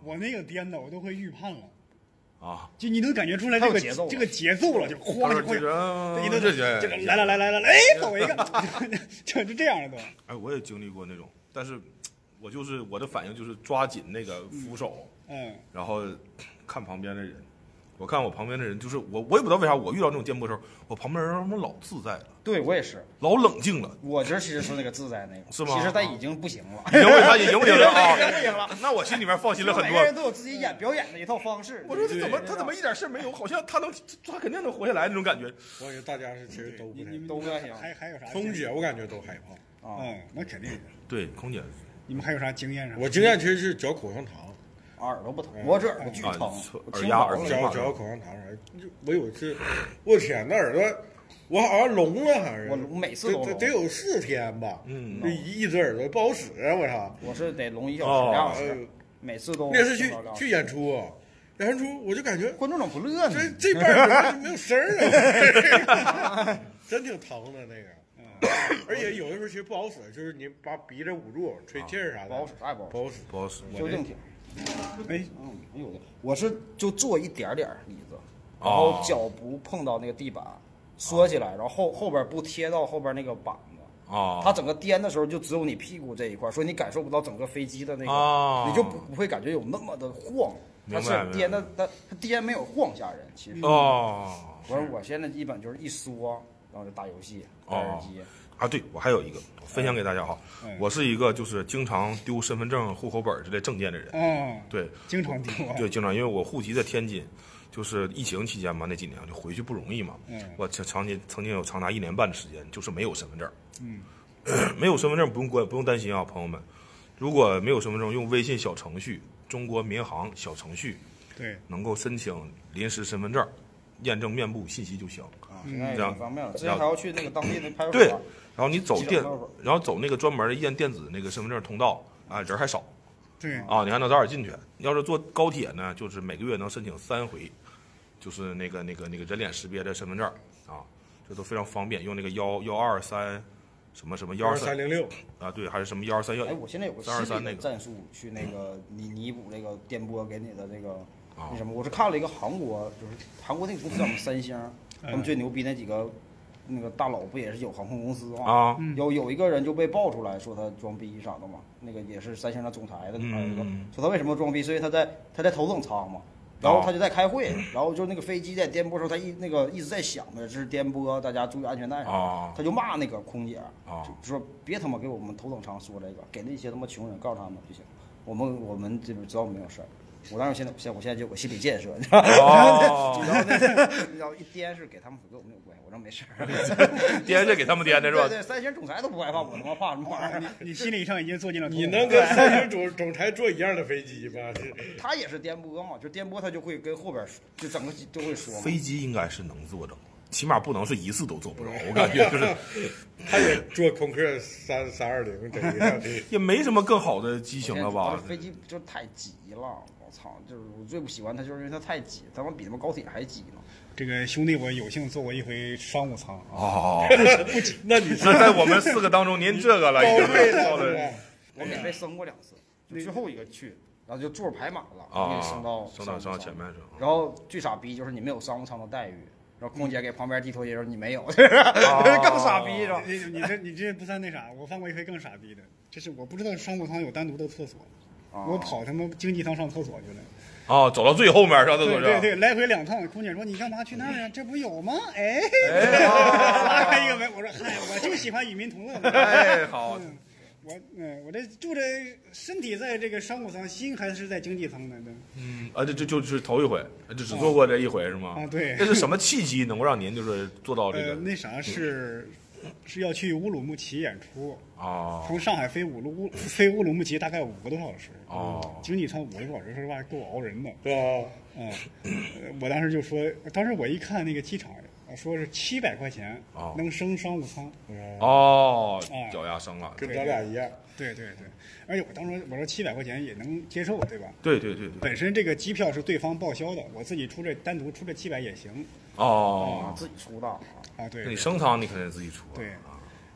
A: 我那个颠的，我都会预判了，
B: 啊！
A: 就你能感觉出来这
D: 还有
A: 个
D: 节奏了
A: 这个节奏了，就
B: 他
A: 哐
B: 说
A: 就会
B: 这。人，
A: 一顿
B: 这
A: 这个
B: 人
A: 来了来来来来，哎，走一个， 就就这样了都。
B: 哎，我也经历过那种，但是我就是我的反应就是抓紧那个扶手，
A: 嗯，
B: 然后看旁边的人。我看我旁边的人，就是我，我也不知道为啥，我遇到这种颠簸的时候，我旁边人他妈老自在了，
D: 对我也是，
B: 老冷静了。
D: 我觉得其实是那个自在那个，
B: 是吗
D: 其实他已经不行了。
B: 赢不赢他赢不 赢了啊？
D: 赢不赢了？
B: 那我心里面放心了很
D: 每
B: 多
D: 个。人都有自己演表演的一套方式。
B: 我说他怎么
D: 对
B: 他怎么一点事儿没有？好像他能他肯定能活下来那种感觉。
C: 我感觉大家是其实都不太。
D: 都不太行
A: 还还有啥？
C: 空姐，我感觉都害怕。
D: 啊？
A: 嗯，那肯定的。
B: 对，空姐
A: 你们还有啥经验啥？
C: 我经验其实是嚼口香糖，
D: 耳朵不疼，我这耳朵巨
B: 啊
D: 疼，我
B: 耳
D: 听
B: 压
D: 不
B: 耳
D: 着了
B: 夹
C: 嚼嚼口香糖啥的。就我有一次，我天，那耳朵，我好像聋了，还是
D: 我每次都
C: 得得
D: 聋
C: 得有四天吧。
B: 嗯
C: 这一一只耳朵不好使，啊我操！
D: 我是得聋一小时、两小
C: 哎
D: 时
C: 呦，
D: 每次都
C: 那次去
D: 听不着
C: 去演出啊，演完出我就感觉
D: 观众怎么不乐呢
C: 这？这半儿就没有声儿了， 真挺疼的那个。
D: 嗯
C: 而且有的时候其实不好使，就是你把鼻子捂住，吹气儿啥的，
D: 啊不好使啥也不好使
C: 不好使。
B: 不好使
D: 修正挺，
A: 哎，
D: 嗯，哎呦我的，我是就坐一点点儿椅子，
B: 哦
D: 然后脚不碰到那个地板，缩起来，然后后后边不贴到后边那个板子。
B: 啊
D: 它整个颠的时候，就只有你屁股这一块，所以你感受不到整个飞机的那个，
B: 哦
D: 你就不不会感觉有那么的晃。它
B: 明
D: 是
B: 白
D: 颠的，它它颠没有晃吓人，其实。
B: 哦
D: 我说我现在基本就是一缩，然后就打游戏，戴耳
B: 哦
D: 机。
B: 啊！对，我还有一个我分享给大家哈，我是一个就是经常丢身份证、户口本之类证件的人。
A: 嗯，
B: 对
A: 经常听我。
B: 对，经常因为我户籍在天津，就是疫情期间嘛，那几年就回去不容易嘛。
A: 嗯
B: 我长长期曾经有长达一年半的时间，就是没有身份证。嗯， 没有身份证不用关不用担心啊，朋友们，如果没有身份证，用微信小程序、中国民航小程序
A: 对，
B: 能够申请临时身份证，验证面部信息就行。
D: 啊现在也
B: 这样
D: 挺方便了，之
B: 然
D: 前
B: 后
D: 还要去那个当地的派
B: 嗯
D: 出
B: 对，
D: 所
B: 然，后你走
D: 记
B: 电
D: 账号吧，
B: 然后走那个专门的验电子那个身份证通道啊，人还少
A: 对，
B: 啊，你还能早点进去。要是坐高铁呢，就是每个月能申请三回，就是那个那个那个人脸识别的身份证啊，这都非常方便，用那个幺幺二三什么什么幺二
C: 三
B: 三
C: 零六，
B: 啊，对，还是什么幺二三幺
D: 哎，我现在有个
B: 三二
D: 新
B: 三那
D: 的一个
B: 个嗯
D: 战术去那个弥弥补那个电波给你的这个
B: 哦
D: 那什么，我是看了一个韩国，就是韩国那个公司叫什 么三星，他们最牛逼那几个那个大佬不也是有航空公司吗？
B: 啊，
D: 有有一个人就被爆出来说他装逼啥的嘛，那个也是三星的总裁的，
B: 嗯
D: 还有一个
B: 嗯
D: 说他为什么装逼，是因为他在他在头等舱嘛，然
B: 哦
D: 后他就在开会，然后就是那个飞机在颠簸的时候，他一那个一直在响的这是颠簸，大家注意安全带啥的
B: 哦，
D: 他就骂那个空姐，
B: 哦
D: 就说别他妈给我们头等舱说这个，给那些他妈穷人告诉他们就行，我们我们这边知道没有事儿。我当时现在现我现在就有个心理建设，你知道吗？
B: 哦
D: 然后那你知道一颠是给他们跟我们有关系，我这没事儿。
B: 颠是给他们颠的是吧
D: 对对，三星总裁都不害怕，我他妈怕什么玩 意儿？
A: 你心理上已经做进了头脑。
C: 你能跟三星总总裁坐一样的飞机吗？这
D: 他也是颠簸嘛，就颠簸他就会跟后边儿就整个就会说嘛。
B: 飞机应该是能坐着，起码不能是一次都做不着，我感觉就是
C: 他也做空客三三二零，这个
B: 也没什么更好的机型了
D: 我
B: 吧
D: 这？飞机就太挤了，我操！就是我最不喜欢它，就是因为它太挤，他妈比他妈高铁还挤呢。
A: 这个兄弟，我有幸坐过一回商务舱啊，
B: 哦，
C: 那你
B: 那在我们四个当中，您这个了， 已经到
C: 对
B: 了
C: 吧
D: 我免费升过两次，就最后一个去，然后就坐着排满了，然后
B: 啊，
D: 给升到
B: 升到
D: 商务
B: 升到前
D: 舱
B: 面去啊
D: 然后最傻逼就是你没有商务舱的待遇，然后空姐给旁边递拖鞋说你没
B: 啊
D: 有， 更傻逼是吧？
A: 你你这你这不算那啥，我犯过一回更傻逼的，就是我不知道商务舱有单独的厕所，
D: 啊
A: 我跑他妈经济舱上厕所去了。
B: 啊，走到最后面上厕所
A: 对对
B: 去。
A: 对，来回两趟，空姐说你干嘛去那儿呀？啊这不有吗？哎， 拉
B: 哎
A: 开一个门，我说嗨，我就喜欢与民同乐。
B: 哎，好，
A: 嗯我嗯，我这住着身体在这个商务舱，心还是在经济舱呢。对
B: 嗯，啊，这这就是头一回，这只做过这一回是吗？
A: 啊对
B: 这是什么契机能够让您就是做到这
A: 呃，
B: 个
A: 那啥是是要去乌鲁木齐演出，
B: 啊？
A: 从上海飞乌鲁乌飞乌鲁木齐大概五个多小时，嗯
B: 哦，
A: 经济舱五个多小时，说实话够熬人的。
C: 是吧？
A: 嗯，呃我当时就说，当时我一看那个机场，呃说是七百块钱
B: 哦
A: 能升商务舱，
B: 哦
A: 哎，
B: 脚丫生了，
C: 嗯跟咱俩一样，
A: 对对对，而且我当时我说七百块钱也能接受，对吧？
B: 对对对对，
A: 本身这个机票是对方报销的，我自己出这单独出这七百也行
D: 啊
B: 哦，，
D: 自己出的啊，
A: 啊，对
B: 那你。升舱你肯定得自己出啊，
A: 对
B: 啊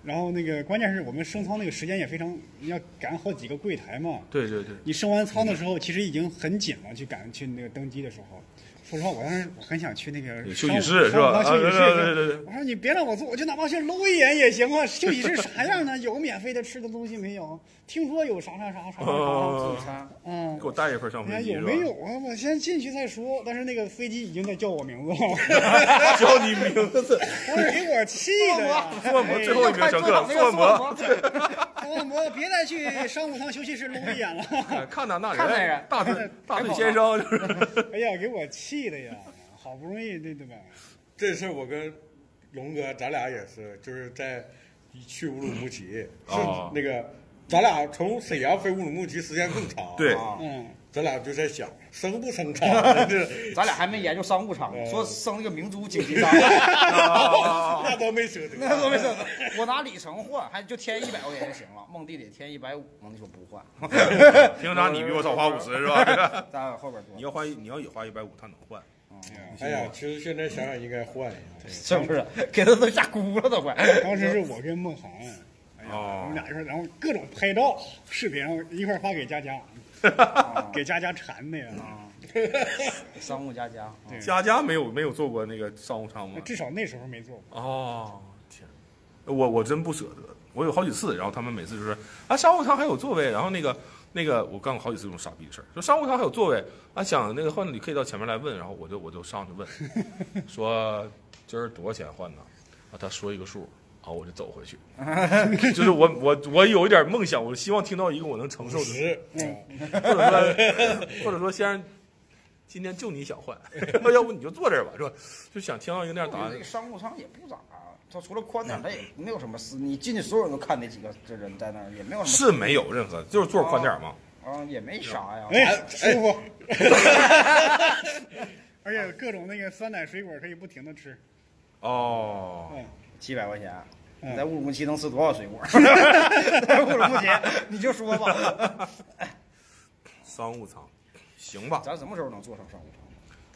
A: 然后那个关键是我们升舱那个时间也非常，你要赶好几个柜台嘛。
B: 对对对，
A: 你升完舱的时候，其实已经很紧了，去赶去那个登机的时候。说实话，我当时我很想去那个
B: 休息室是
A: 商
B: 吧？
A: 务
B: 啊，
A: 舱休
B: 对对
A: 息室，
B: 对对对，
A: 我说你别让我坐，我就哪怕去搂一眼也行啊。休息室啥样呢？有免费的吃的东西没有？听说有啥啥啥啥啥啥，
D: 自
B: 哦
D: 助，餐。
A: 嗯
B: 给，我带一份上
A: 哎呀，
B: 飞机
A: 有
B: 是吧？
A: 没有啊？我先进去再说。但是那个飞机已经在叫我名字 了，
B: 叫你名字，
A: 当时给我气的呀！
B: 坐模最后一名乘客，
D: 坐
B: 坐模，
D: 摩，
A: 我我别再去商务舱休息室搂一眼了。
B: 哎看哪那
D: 看哪
B: 人
D: 人， 啊
B: 大腿大腿先生就是，
A: 哎呀，给我气的呀！好不容易对对吧？
C: 这事儿我跟龙哥，咱俩也是，就是在去乌鲁木齐，
D: 啊
C: 是
B: 哦
C: 那个咱俩从沈阳飞乌鲁木齐时间更长，
B: 对
D: 啊
A: 嗯，
C: 咱俩就在想升不 升舱，这
D: 咱俩还没研究商务舱呢，说升那个明珠经济舱，
B: 啊
C: 那都没舍得，
D: 那都没整，我拿里程换，还就添一百块钱就行了。梦弟得添一百五，梦弟说不换，
B: 平常你比我少花五十是吧？
D: 咱俩后边 多
B: 你，要花一你要也花一百五，他能换。
C: 哎呀，其实现在想想应该换一下，
D: 是不是？给他都吓哭了都快。
A: 当时是我跟梦涵，哎呀，
B: 哦
A: 我们俩一块儿，然后各种拍照、视频，然后一块儿发给佳佳，给佳佳馋的呀。
D: 商务加加，
A: 对
B: 佳佳没有没有坐过那个商务舱吗？
A: 至少那时候没做过。
B: 哦，天，我我真不舍得。我有好几次，然后他们每次就是啊，商务舱还有座位，然后那个那个我干过好几次这种傻逼的事儿，说商务舱还有座位啊，想那个换你可以到前面来问，然后我就我就上去问，说今儿多少钱换呢？啊，他说一个数。啊，我就走回去，就是我我我有一点梦想，我希望听到一个我能承受 的，
C: 十，
B: 或者说或者说先生，今天就你想换，要不你就坐这儿吧，是吧？就想听到一个那样答
D: 我觉
B: 案
D: 得这个。商务舱也不咋，它除了宽点，它也没有什么事。你进去所有人都看那几个这人在那儿，也没有什 么
B: 是没有任何，就是座宽点儿嘛。
D: 啊，也没啥呀。
A: 哎，舒服。而且各种那个酸奶水果可以不停的吃，
B: 哦，
A: 嗯，
D: 七百块钱，
A: 嗯
D: 你在乌鲁木齐能吃多少水果？ 在乌鲁木齐，你就说吧，
B: 商务舱，行吧？
D: 咱什么时候能坐上商务舱？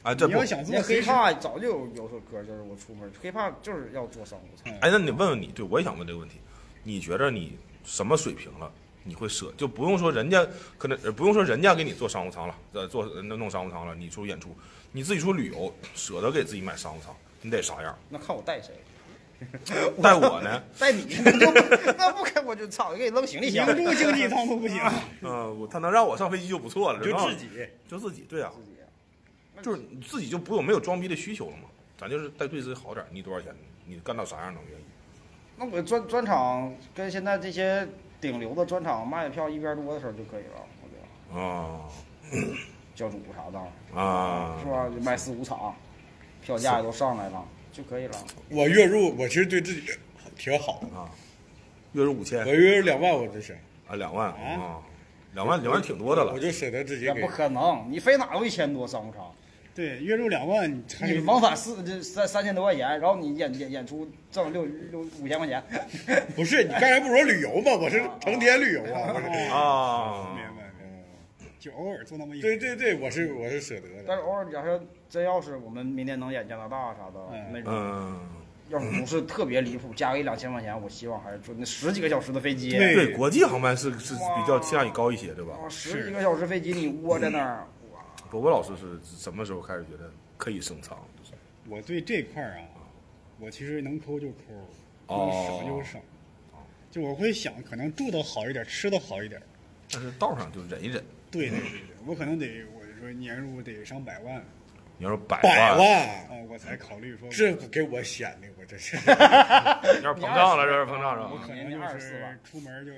B: 哎，这
A: 你
B: 不
A: 要，想
D: 你
A: 做
D: 看黑
A: 黑
D: 怕早就有有首歌，就是我出门黑怕就是要坐商务舱。
B: 哎，那你问问你，对我也想问这个问题，你觉着你什么水平了？你会舍就不用说人家可能呃不用说人家给你做商务舱了，呃做呃弄弄商务舱了，你出去演出，你自己出去旅游，舍得给自己买商务舱，你得啥样？
D: 那看我带谁，
B: 带我呢？
D: 带你， 那就不那不给我就操，就给你扔行李
A: 明
D: 箱。
A: 珠经济舱都不行。
B: 呃，我他能让我上飞机就不错了，
C: 就
B: 知道吗
C: 自己，
B: 就自己，对啊，
D: 自己
B: 就是你自己就不有没有装逼的需求了嘛？咱就是带对自己好点儿，你多少钱？你干到啥样能愿意？
D: 那我专专场跟现在这些顶流的专场卖票一边多的时候就可以了，我觉
A: 啊
D: 得
B: 哦
D: 教主啥的，
B: 啊，
D: 是吧？卖四五场，票价也都上来了，就可以了。
C: 我月入我其实对自己挺好的，
B: 啊，月入五千
C: 我月入两万我就行，
B: 啊，两万
A: 哎
B: 啊，两万两万挺多的了
C: 我就舍得自己
D: 也
C: 给
D: 不，可能，你非哪有一千多商务舱？
A: 对，月入两万，还
D: 你往返四这三三千多块钱，然后你演演演出挣六六五千块钱，
C: 不是你刚才不是说旅游吗？我是成天旅游啊，我是。
B: 啊
A: 明白明白，就偶尔做那么一
C: 对对对，我是我是舍得的。
D: 但是偶尔假设真要是我们明年能演加拿大啥的，
A: 嗯
D: 那种
B: 嗯，
D: 要是不是特别离谱，加个一两千块钱，我希望还是坐那十几个小时的飞机，
A: 对
B: 对，国际航班是是比较性价比高一些，对吧？
D: 啊，十几个小时飞机你窝在那儿，哇，
B: 伯伯老师是什么时候开始觉得可以升舱？
A: 我对这块儿啊，我其实能抠就抠，能
B: 哦
A: 省就省，就我会想可能住的好一点，吃的好一点。
B: 但是道上就忍一忍。
A: 对
B: 嗯
A: 对对对，我可能得我说年入得上百万
B: 你要是百
C: 百
B: 万，
A: 啊
C: 万，，
A: 我才考虑说
C: 这给我显的，我 真是。
B: 你要是膨胀了，这是膨胀
A: 我
B: 了
A: 可能
D: 年龄
A: 就
D: 24吧
A: 是出门就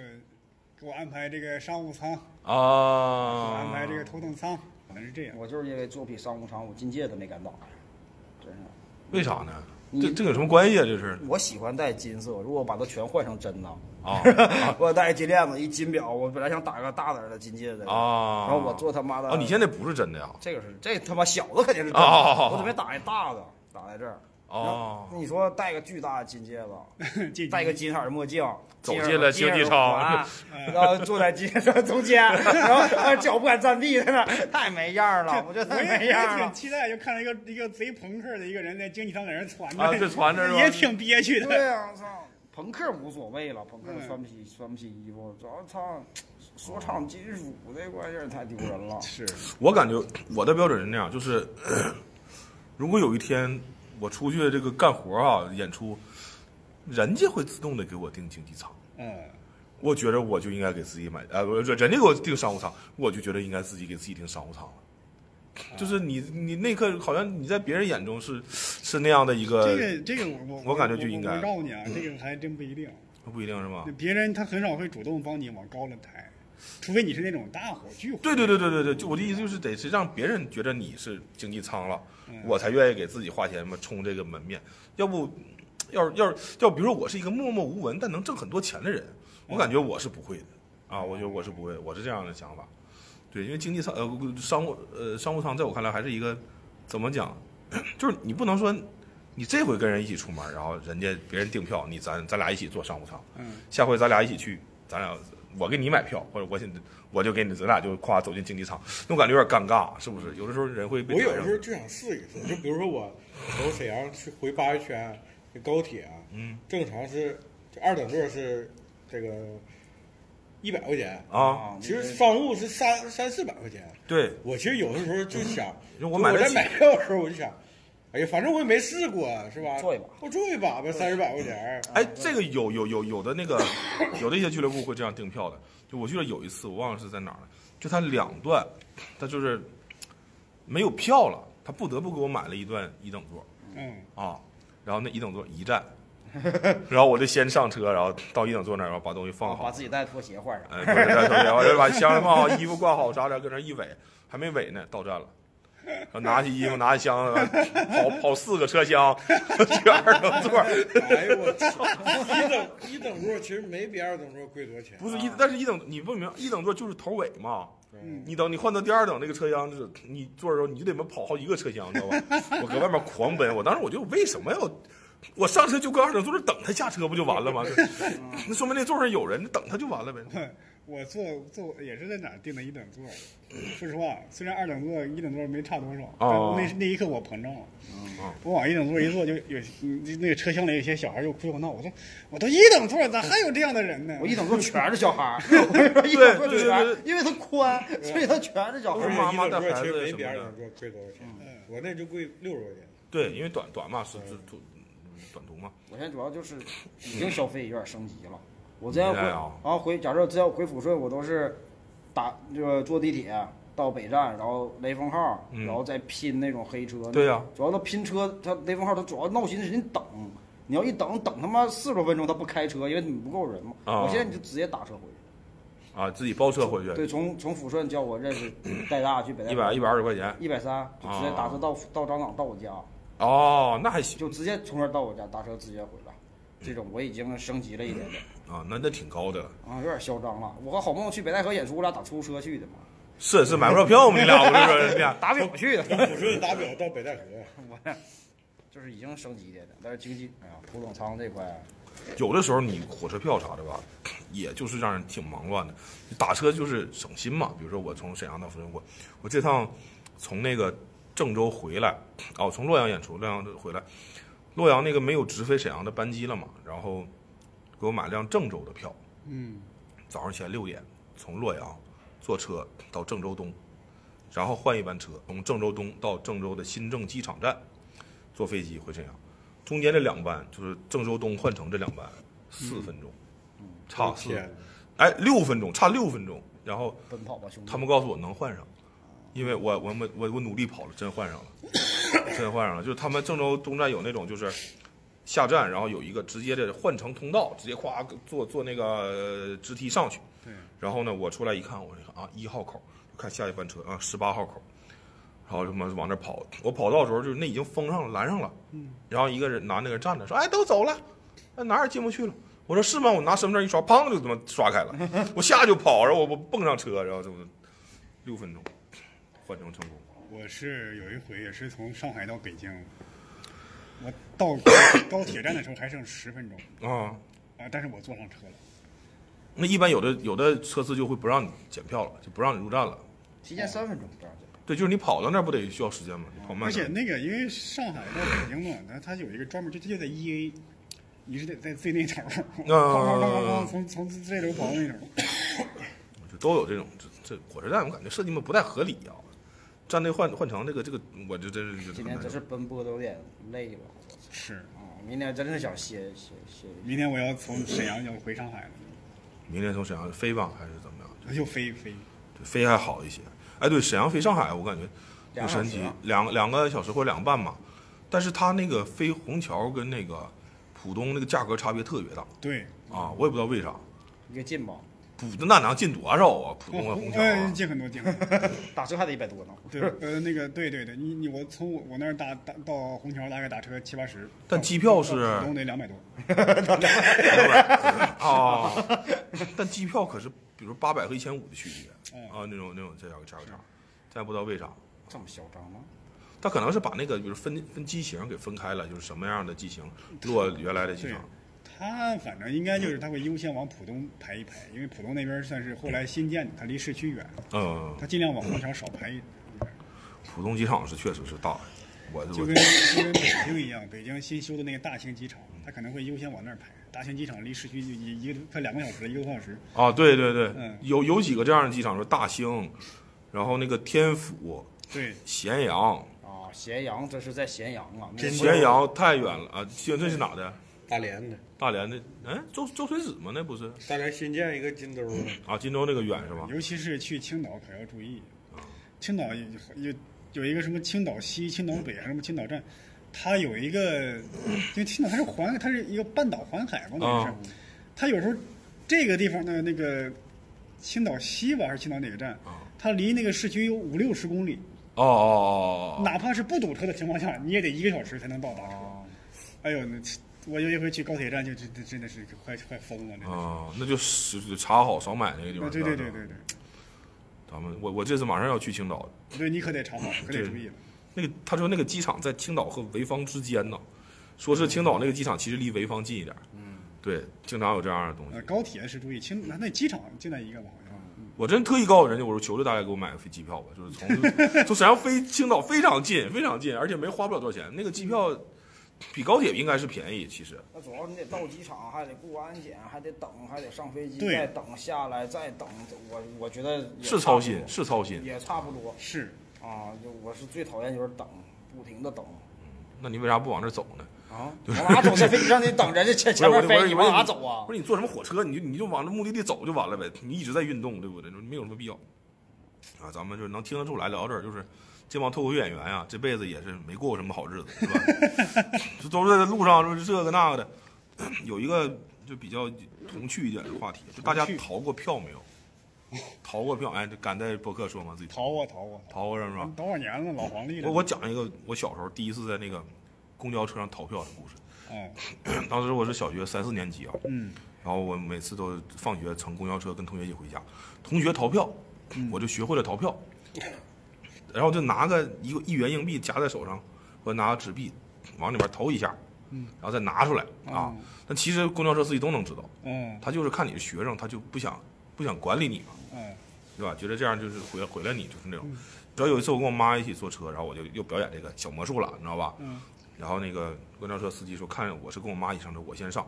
A: 给我安排这个商务舱，给我
B: 啊！
A: 安排这个头等舱，可能是这样。
D: 我就是因为做不起商务舱，我进界都没敢打，真是。
B: 为啥呢？
D: 你
B: 这这有什么关系啊？这是
D: 我喜欢戴金色，如果我把它全换成真的，
B: 啊
D: 我戴金链子、一金表，我本来想打个大点儿的金戒指，
B: 啊！
D: 然后我做他妈的，
B: 啊，你现在不是真的呀？
D: 这个是这他妈小的肯定是真的，
B: 哦
D: 我准备打一大的，打在这儿。
B: 哦哎
D: 那你说戴个巨大的金戒指，戴个金色儿墨镜，
B: 走
D: 金
B: 进
D: 耳
B: 了
D: 金
B: 星际
D: 耳
B: 舱
D: 环 然后坐在金色中间， 然后然后脚不敢站地，在那儿太没样儿了，我觉得
A: 我
D: 太
A: 也
D: 没
A: 也
D: 样儿了
A: 挺。期待，就看到一个一个贼朋克的一个人在经济舱在那儿传着，
B: 啊这传着是吧
A: 也挺憋屈的。
D: 对啊，操，朋克无所谓了，朋克穿不起穿不起衣服，主要操，说唱金属这块儿有点太丢人了。
A: 是，
B: 我感觉我的标准是那样，就是 咳如果有一天我出去这个干活啊，演出，人家会自动的给我订经济舱。
A: 嗯，
B: 我觉着我就应该给自己买，呃，不是人家给我订商务舱，我就觉得应该自己给自己订商务舱了。
A: 啊
B: 就是你你那刻好像你在别人眼中是是那样的一个，
A: 这个这个我我
B: 我感觉就应该嗯
A: 我告诉你啊，这个还真不一定，
B: 不一定是吗？
A: 别人他很少会主动帮你往高了抬，除非你是那种大伙聚会。
B: 对对对对对对，就我的意思就是得是让别人觉得你是经济舱了，我才愿意给自己花钱嘛冲这个门面，要不，要是要是要比如说我是一个默默无闻但能挣很多钱的人，我感觉我是不会的啊，我觉得我是不会，我是这样的想法，对，因为经济舱呃商务呃商务舱在我看来还是一个怎么讲， 就是你不能说你这回跟人一起出门，然后人家别人订票，你咱咱俩一起坐商务舱，
A: 嗯，
B: 下回咱俩一起去，咱俩我给你买票，或者我现我就给你，咱俩就夸走进竞技场，那我感觉有点尴尬，是不是？有的时候人会被
C: 嗯我有
B: 带
C: 时
B: 上
C: 候就想试一试，就比如说我从沈阳去回八一圈，这高铁啊，
B: 嗯，
C: 正常是这二等座是这个一百块钱，
B: 啊，
C: 其实商务是三三四百块钱。
B: 对，
C: 我其实有的时候 就想，
B: 因为我买得
C: 在
B: 起
C: 买票的时候我就想，哎呀，反正我也没试过，是吧？
D: 坐一把
C: 我坐一把吧，三四百块 钱。
B: 哎，这个有有有有的那个 有的一些俱乐部会这样订票的，就我记得有一次我忘了是在哪儿了，就他两段，他就是没有票了，他不得不给我买了一段一等座，
A: 嗯，
B: 啊，然后那一等座一站， 然后我就先上车，然后到一等座那儿，然后把东西放好，
D: 哦把自己带拖鞋换上，
B: 哎，不是带拖鞋，我就把箱子放好，衣服挂好，啥的，搁那儿一尾，还没尾呢，到站了。然后拿起衣服，拿起箱子，跑跑四个车厢， 去二等座，
C: 哎呦我操！ 一等一等座其实没比二等座贵多少钱，
B: 不是一，但是一等你不明白，一等座就是头尾嘛。你等你换到第二等那个车厢，就是你坐的时候，你就得么跑好几个车厢，知道吧？我搁外面狂奔，我当时我就为什么要？我上车就搁二等座那儿等他下车不就完了吗？就那说明那座上有人，等他就完了呗。
A: 我坐坐也是在哪儿订的一等座，说实话，虽然二等座一等座没差多少，但
B: 哦
A: 那那一刻我膨胀了。我往一等座一坐，就有那个车厢里有些小孩又哭又闹，我说我都一等座了，咋还有这样的人呢？
D: 我一等座全是小 孩儿，我跟你说一等座
B: 嗯对对对
D: 全，因为它宽，所以它全是小孩
B: 都
C: 而
B: 是
D: 儿。
B: 妈
C: 且
B: 妈
C: 一
B: 带
C: 等座
B: 孩
C: 其实
B: 子
C: 没
B: 什
C: 比
B: 么
C: 二
B: 的嗯
C: 等座贵多少钱，我那就贵六十块钱。
B: 对，因为短短嘛，是是短短途嘛。
D: 我现在主要就是已经消费有点升级了。我之前回
B: 明白啊
D: 啊回，假设之前我回抚顺，我都是打这个坐地铁到北站，然后雷锋号，
B: 嗯
D: 然后再拼那种黑车。
B: 对呀
D: 主要他拼车，他雷锋号他主要闹心的是你等，你要一等等他妈四十多分钟，他不开车，因为你不够人嘛。
B: 啊
D: 我现在你就直接打车回去。
B: 啊，自己包车回去，
D: 对，从从抚顺叫我认识带大去北戴
B: 一百一啊百二十块钱。
D: 一百三，就直接打车到到张岗到我家。
B: 哦，那还行
D: 就直接从这儿到我家打车直接回来，这种我已经升级了一点点
B: 啊，那那挺高的。
D: 啊，有点嚣张了。我和好梦去北戴河演出，我俩打出租车去的嘛，
B: 是是买不着票，我们俩我就说你俩
D: 打表去的，
C: 抚顺打表到北戴河，
D: 就是已经升级的了，但是经济哎呀，普总仓这块
B: 有的时候你火车票啥的吧， 也就是让人挺忙乱的。打车就是省心嘛。比如说我从沈阳到抚顺，我我这趟从那个郑州回来，哦，从洛阳演出，洛阳回来，洛阳那个没有直飞沈阳的班机了嘛，然后给我买了辆郑州的票，
A: 嗯，
B: 早上起来六点从洛阳坐车到郑州东，然后换一班车从郑州东到郑州的新郑机场站，坐飞机回沈阳。中间这两班就是郑州东换乘这两班，四分钟，差四
C: 天，
B: 哎六分钟，差六分钟。然后
D: 奔跑吧兄弟，
B: 他们告诉我能换上，因为我我我我我努力跑了，真换上了，真换上了。就是他们郑州东站有那种就是下站，然后有一个直接的换乘通道，直接夸坐坐那个呃直梯上去。
A: 对，
B: 然后呢，我出来一看，我一看啊，一号口，看下一班车啊，十八号口，然后什么往那跑，我跑到的时候就是那已经封上了，拦上了，嗯，然后一个人男的搁站着说，哎，都走了，哎哪儿也进不去了。我说是吗？我拿身份证一刷，砰就他妈刷开了，我下就跑，然后我我蹦上车，然后这么六分钟换乘成功。
A: 我是有一回也是从上海到北京，我到 高铁站的时候还剩十分钟
B: 啊，
A: 啊，但是我坐上车了。
B: 那一般有的有的车次就会不让你检票了，就不让你入站了。
D: 提前三分钟这样就。
B: 对，就是你跑到那儿不得需要时间吗？你跑慢
A: 而
B: 点
A: 且那个因为上海到北京嘛，它它有一个专门就它就在 E EA，你是得在最那头儿，哐
B: 啊
A: 哐哐 哐哐，从从这头跑到那头儿。
B: 就都有这种这这火车站，我感觉设计嘛不太合理啊。站内换换乘这个这个，我就真是
D: 今天真是奔波的有点累了
A: 是，
D: 啊，明天真是想歇歇歇。
A: 明天我要从沈阳要回上海了，
B: 明天从沈阳飞吧，还是怎么样？
A: 那就飞飞。
B: 就飞还好一些。哎，对，沈阳飞上海，我感觉挺
D: 两个小
B: 神
D: 时
B: 奇
D: 啊，
B: 两两个小时或者两个半吧。但是它那个飞虹桥跟那个浦东那个价格差别特别大
A: 对，
B: 啊，我也不知道为啥。
D: 一个劲吧，
B: 浦那能进多少啊？浦东啊，虹桥
A: 呃，
B: 啊，
A: 近很多，近很多。
D: 打车还得一百多呢。
A: 对，呃，那个，对对对，你你我从我我那儿打打到虹桥大概打车七八十，
B: 但机票是
A: 到浦东得两百 多。哎
B: 啊，但机票可是比如八百和一千五的区别
A: 嗯
B: 啊，那种那种这样价格差，咱也不知道为啥。
D: 这么嚣张吗？
B: 啊他可能是把那个，比如分分机型给分开了，就是什么样的机型落原来的机
A: 对
B: 场。，
A: 他反正应该就是他会优先往浦东排一排，因为浦东那边算是后来新建的，它离市区远，
B: 嗯，
A: 他尽量往虹桥少排一。
B: 浦东机场是确实是大，我
A: 就
B: 我
A: 跟就跟北京一样，北京新修的那个大型机场，它可能会优先往那儿排。大型机场离市区就一一个快两个小时，一个多小时。
B: 啊，对对对
A: 嗯，
B: 有有几个这样的机场，说大兴，然后那个天府、
A: 对，
B: 咸阳，
D: 啊，咸阳这是在咸阳啊，那个
B: 咸阳太远了啊，咸这是哪的？
C: 大连的，
B: 大连的，嗯，周周水子吗？那不是
C: 大连新建一个金州的，
B: 啊，荆州那个远是吧？
A: 尤其是去青岛可要注意，青岛有有有一个什么青岛西、青岛北还是什么青岛站，它有一个，因为青岛它是环，它是一个半岛环海嘛，那是
B: 啊，
A: 它有时候这个地方的那个青岛西吧还是青岛哪个站，
B: 啊
A: 它离那个市区有五六十公里，
B: 哦哦哦哦
A: 哪怕是不堵车的情况下，你也得一个小时才能到达。哎呦，那我有一回去高铁站就真真真的是快快疯了，那
B: 哦，啊，那就是就查好少买那个地
A: 啊
B: 方。
A: 对对对对对，
B: 咱们我我这次马上要去青岛，
A: 对你可得查好，可得
B: 对
A: 注意了。
B: 那个他说那个机场在青岛和潍坊之间呢，说是青岛那个机场其实离潍坊近一点。嗯，对，经常有这样的东西
A: 呃，。高铁是注意，青那那机场就那一个吧，好像。
B: 我真特意告诉人家，我说求求大家给我买个飞机票吧，就是从 从沈阳飞青岛非常近，非常近，而且没花不了多少钱。那个机票比高铁应该是便宜，其实
D: 那主要你得到机场，还得过安检，还得等，还得上飞机，
A: 对
D: 再等下来，再等。我我觉得也
B: 是
D: 差
B: 操
D: 不
B: 心
D: 多，
B: 是操心。
D: 也差不多
A: 是，
D: 啊。就我是最讨厌就是等，不停的等
B: 啊那你为啥不往这走呢？
D: 啊，往哪走？在飞机 上你等人家前前面飞，你往哪走啊
B: 不？是你坐什么火车，你就你就往这目的地走就完了呗。你一直在运动，对不对？没有什么必要。啊，咱们就是能听得出来，聊到这儿就是这帮脱口秀演员啊，这辈子也是没过过什么好日子，是吧？ 就都是在路上就是这个那个的。有一个就比较童趣一点的话题，就大家
A: 童趣
B: 逃过票没有？逃过票，哎，这敢在博客说吗？自己
A: 逃啊逃啊，
B: 逃过是吧？
A: 多少年了，老黄历了。
B: 我我讲一个我小时候第一次在那个公交车上逃票的故事。
A: 啊，
B: 当时我是小学三四年级啊，
A: 嗯，
B: 然后我每次都放学乘公交车跟同学一起回家，同学逃票，我就学会了逃票，然后就拿个一个一元硬币夹在手上，或者拿个纸币往里面投一下，然后再拿出来啊。但其实公交车司机都能知道，
A: 嗯
B: 他就是看你是学生，他就不想不想管理你嘛，
A: 嗯
C: 哎
B: 对吧？觉得这样就是毁毁了你，就是那种。
C: 嗯
B: 主要有一次我跟我妈一起坐车，然后我就又表演这个小魔术了，你知道吧？
A: 嗯
B: 然后那个公交车司机说，看我是跟我妈一起上车，我先上。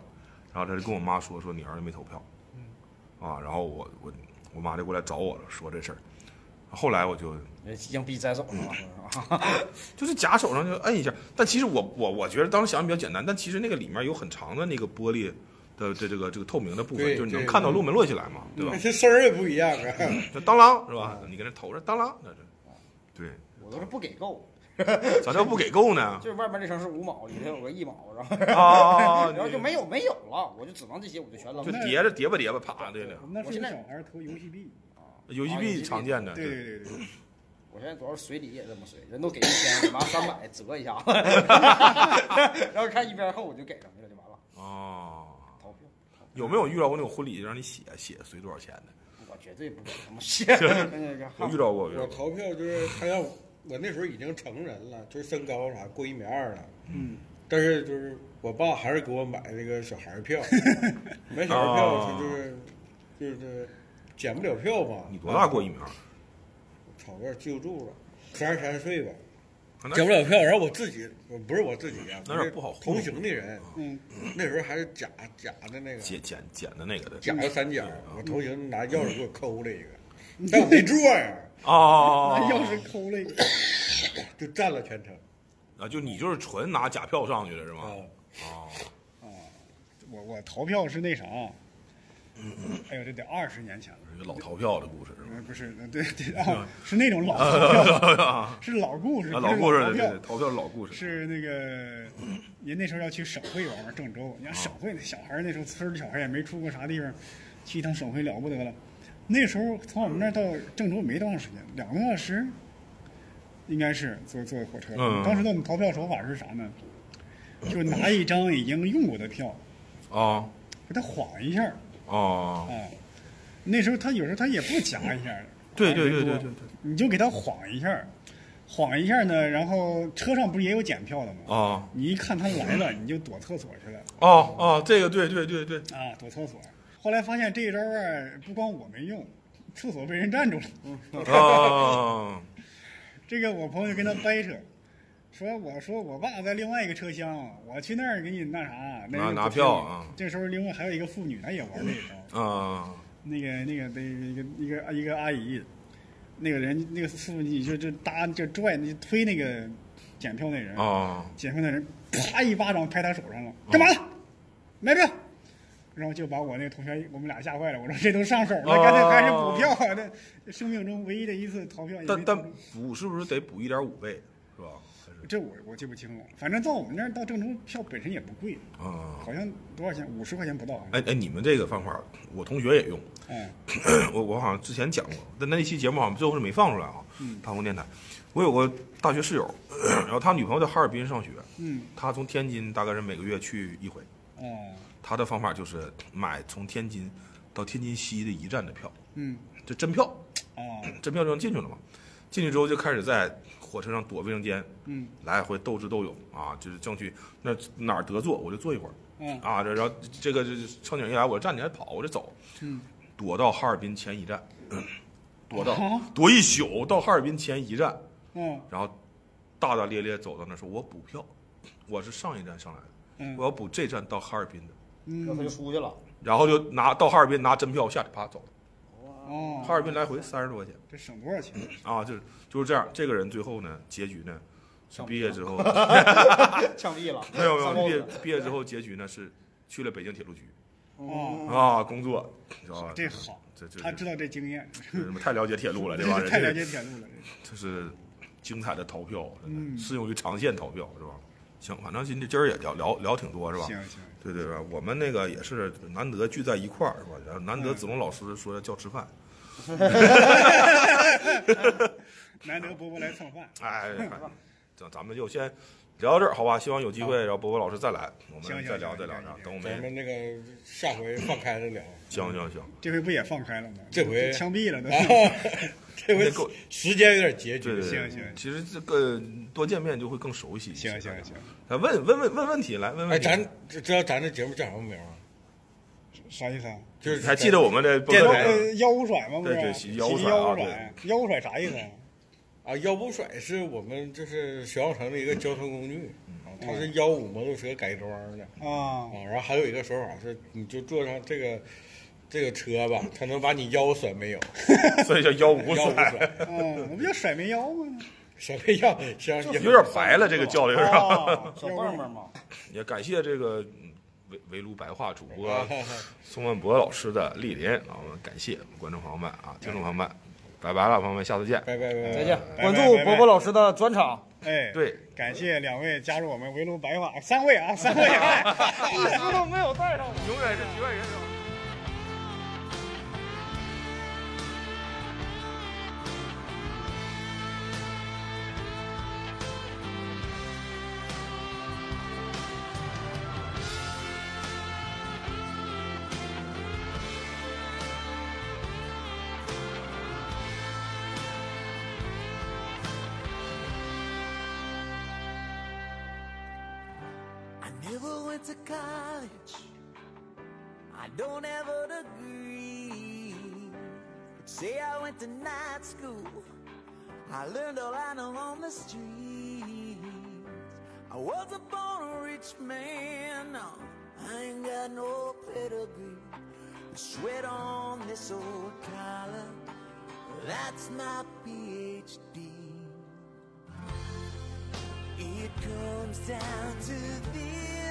B: 然后他就跟我妈说，说你儿子没投票，
C: 嗯
B: 啊，然后我我我妈就过来找我了，说这事儿。后来我就
D: 硬币摘手上了啊！
B: 就是夹手上就摁一下，但其实我我我觉得当时想的比较简单，但其实那个里面有很长的那个玻璃的这这个这个透明的部分，
C: 对
B: 就是你能
C: 对
B: 看到落没落下来嘛，对吧？
C: 这声儿也不一样啊。
B: 就当啷是吧？你搁那投着当啷，那是 对，
D: 我都是不给够，
B: 咋叫不给够 呢？
D: 就是外面这层是五毛，里头有个一毛，然后
B: 啊啊 啊！
D: 然后就没有没有了，我就只能这些，我就全扔
B: 就
D: 了。
B: 叠着叠吧叠吧，啪，对的，啊
A: 那
D: 我
A: 是
D: 现
A: 给
D: 在
A: 小孩投游戏币，
B: 游戏币常见的，
A: 对对对对，
D: 我现在主要是随礼也这么随，人都给一千，我拿三百折一下， 然后看一边厚我就给上去了，就完了。
B: 哦，
D: 逃票，
B: 有没有遇到过那种婚礼让你写写随多少钱的？
D: 我绝对不给他们 写。那个
B: 我遇到过，我遇到过。
C: 我投票就是他让我，我那时候已经成人了，就是身高啥过一米二了。
A: 嗯，
C: 但是就是我爸还是给我买那个小孩儿票，买小孩儿票他就是就是捡不了票嘛。
B: 你多大过一啊米二？
C: 草院记不住了，十二三岁吧，
B: 那
C: 捡不了票。然后我自己，我不是我自己啊，
B: 那有点
C: 是
B: 不好糊弄
C: 同行的人，
A: 嗯，
C: 那时候还是假假的那个，
B: 捡捡捡的那个的。
C: 假的三角。
B: 嗯
C: 我同行拿钥匙给我抠了一个，但我没啊座呀，
B: 哦哦
A: 拿
B: 哦
A: 钥
B: 哦
A: 匙抠了一个，
C: 就占了全程。
B: 哦，啊，就你就是纯拿假票上去的是吗？
C: 啊，
B: 哦，
A: 我我投票是那啥，哎呦，这得二十年前了。
B: 这老逃票的故事是吗？
A: 呃不是，呃对对啊，是那种老投票，是老故事，
B: 啊，
A: 不是
B: 老故事
A: 投
B: 对对
A: 票
B: 对，逃票是老故事。
A: 是那个，人那时候要去省会玩玩郑州。
B: 啊
A: 你看省会那小孩儿，那时候村儿里小孩儿也没出过啥地方，去一趟省会了不得了。那时候从我们那儿到郑州没多长时间，两个多小时，应该是坐坐火车。
B: 嗯
A: 当时的我们投票手法是啥呢？就拿一张已经用过的票，
B: 啊
A: 给它晃一下儿
B: 啊
A: 啊。那时候他有时候他也不夹一下儿，
B: 对对对
A: 夹得
B: 对
A: 多
B: 对对，
A: 你就给他晃一下儿，晃一下儿呢，然后车上不是也有检票的吗？
B: 啊
A: 你一看他来了，你就躲厕所去了
B: 哦哦，这个对对对对，
A: 啊，躲厕所。后来发现这一招啊，不光我没用，厕所被人占住了。
B: 嗯 啊，
A: 这个我朋友跟他掰扯，说我说我爸在另外一个车厢，我去那儿给你那啥，那
B: 拿
A: 个
B: 拿
A: 不听
B: 票啊
A: 这时候另外还有一个妇女，她也玩这一招。
B: 啊
A: 那个那个那个一个一个一个阿姨，那个人那个妇女就就搭就拽就推那个检票那人
B: 啊
A: 检票那人啪一巴掌拍他手上了，干嘛？买票。然后就把我那个同学，我们俩吓坏了。我说这都上手了，
B: 哦
A: 干脆还是补票啊！这生命中唯一的一次逃票也
B: 但
A: 没逃
B: 但
A: 成。
B: 补是不是得补一点五倍是吧？还是
A: 这我我记不清了，反正到我们那儿到郑州票本身也不贵，
B: 啊？
A: 好像多少钱？五十块钱不到。啊
B: 哎哎，你们这个方法，我同学也用，
A: 嗯
B: 我我好像之前讲过，但那一期节目好像最后是没放出来啊。大风电台，我有个大学室友， 然后他女朋友在哈尔滨上学，
A: 嗯
B: 他从天津大概是每个月去一回。
A: 啊
B: 他的方法就是买从天津到天津西的一站的票，
A: 嗯
B: 这真票，
A: 啊
B: 真票就能进去了嘛。进去之后就开始在火车上躲卫生间，
A: 嗯
B: 来回斗智斗勇啊，就是争取那哪儿得坐我就坐一会儿，
A: 嗯
B: 啊，这然后这个这乘警一来我就站起来跑，我就走，
A: 嗯，哦
B: 躲到哈尔滨前一站，躲到
A: 啊
B: 躲一宿到哈尔滨前一站，
A: 嗯
B: 然后大大咧咧走到那儿说：“我补票，我是上一站上来的，我
A: 嗯
B: 要补这站到哈尔滨的。”
D: 然后他
A: 嗯
D: 就出去了。
B: 然后就拿到哈尔滨拿真票下去，啪走了。
A: 哦
B: 哈尔滨来回三十多块钱
A: 这省多少钱？
B: 啊，就是就是这样。这个人最后呢，结局呢是
D: 上
B: 毕业之后
D: 枪毙了，
B: 没有没有
D: 上报
B: 毕业
D: 纸
B: 毕业之后结局呢是去了北京铁路局
A: 哦，
B: 啊工作，你知道吧？
A: 这好，
B: 这这
A: 他知道这经验，
B: 这他妈太了解铁路了，这帮人
A: 太了解铁路了。
B: 这是精彩的逃票，真
A: 嗯
B: 的适用于长线逃票是吧？行，反正今天今儿也聊聊聊挺多是吧？
A: 行行，
B: 对对对，我们那个也是难得聚在一块儿，是吧？然后难得
A: 嗯
B: 子龙老师说叫吃饭，
A: 难得伯伯来蹭饭，
B: 哎，咱咱们就先聊到这儿，好吧？希望有机会，然后波波老师再来，我
A: 行
B: 们
A: 行
B: 再聊
A: 行
B: 再聊
A: 行
B: 啥
A: 行？
B: 等我
C: 咱
B: 们
C: 们那个下回放开了聊，
B: 行行行，
A: 这回不也放开了吗？
C: 这回
A: 枪毙
B: 啊
A: 了都。
C: 这
B: 得
C: 回
B: 嗯够
C: 时间有点
B: 对
C: 拮据
B: 对，对
A: 行行
B: 其实这个多见面就会更熟悉一些。
A: 行行行，
B: 来问问问问问题，来问
C: 哎，
B: 问题。
C: 咱知知道咱这节目叫什么名吗？
A: 啥意思啊？
C: 就是
B: 还记得我们的播
C: 电
B: 客
C: 脑
B: 台吗
A: 呃，腰甩吗？不是，
B: 对对
A: 洗
B: 洗腰
A: 腰
B: 甩啊
A: 甩，腰甩啥意思啊？
C: 啊，腰不甩是我们就是徐浩成的一个交通工具，
B: 嗯
C: 啊，它是幺五摩托车改装的
A: 啊
C: 啊，，然后还有一个说法是，你就坐上这个这个车吧，它能把你腰甩没有，
B: 所以叫幺 五
C: 腰不
B: 甩，
C: 甩，
A: 嗯，那不就甩没腰 吗？
C: 什么样？实际上也
B: 有点白了，这个叫的有点。
A: 啊，
D: 小
A: 腰
D: 棒
A: 不
D: 棒嘛，
B: 也感谢这个嗯围围炉白话主播宋万博老师的莅临啊，我们感谢观众朋友们啊，听众朋友们，拜拜了，朋友们，下次见。
C: 拜拜拜拜。
D: 再见，
A: 拜
D: 关注
A: 拜
D: 波波老师的专场。
A: 哎，
B: 对，
A: 感谢两位加入我们围炉白话三位啊，三位啊。
B: 永远是局外人。
E: I never went to college. I don't have a degree. Say I went to night school. I learned all I know on the street. I wasn't born a rich man. No, I ain't got no pedigree. The sweat on this old collar. That's my PhD. It comes down to this.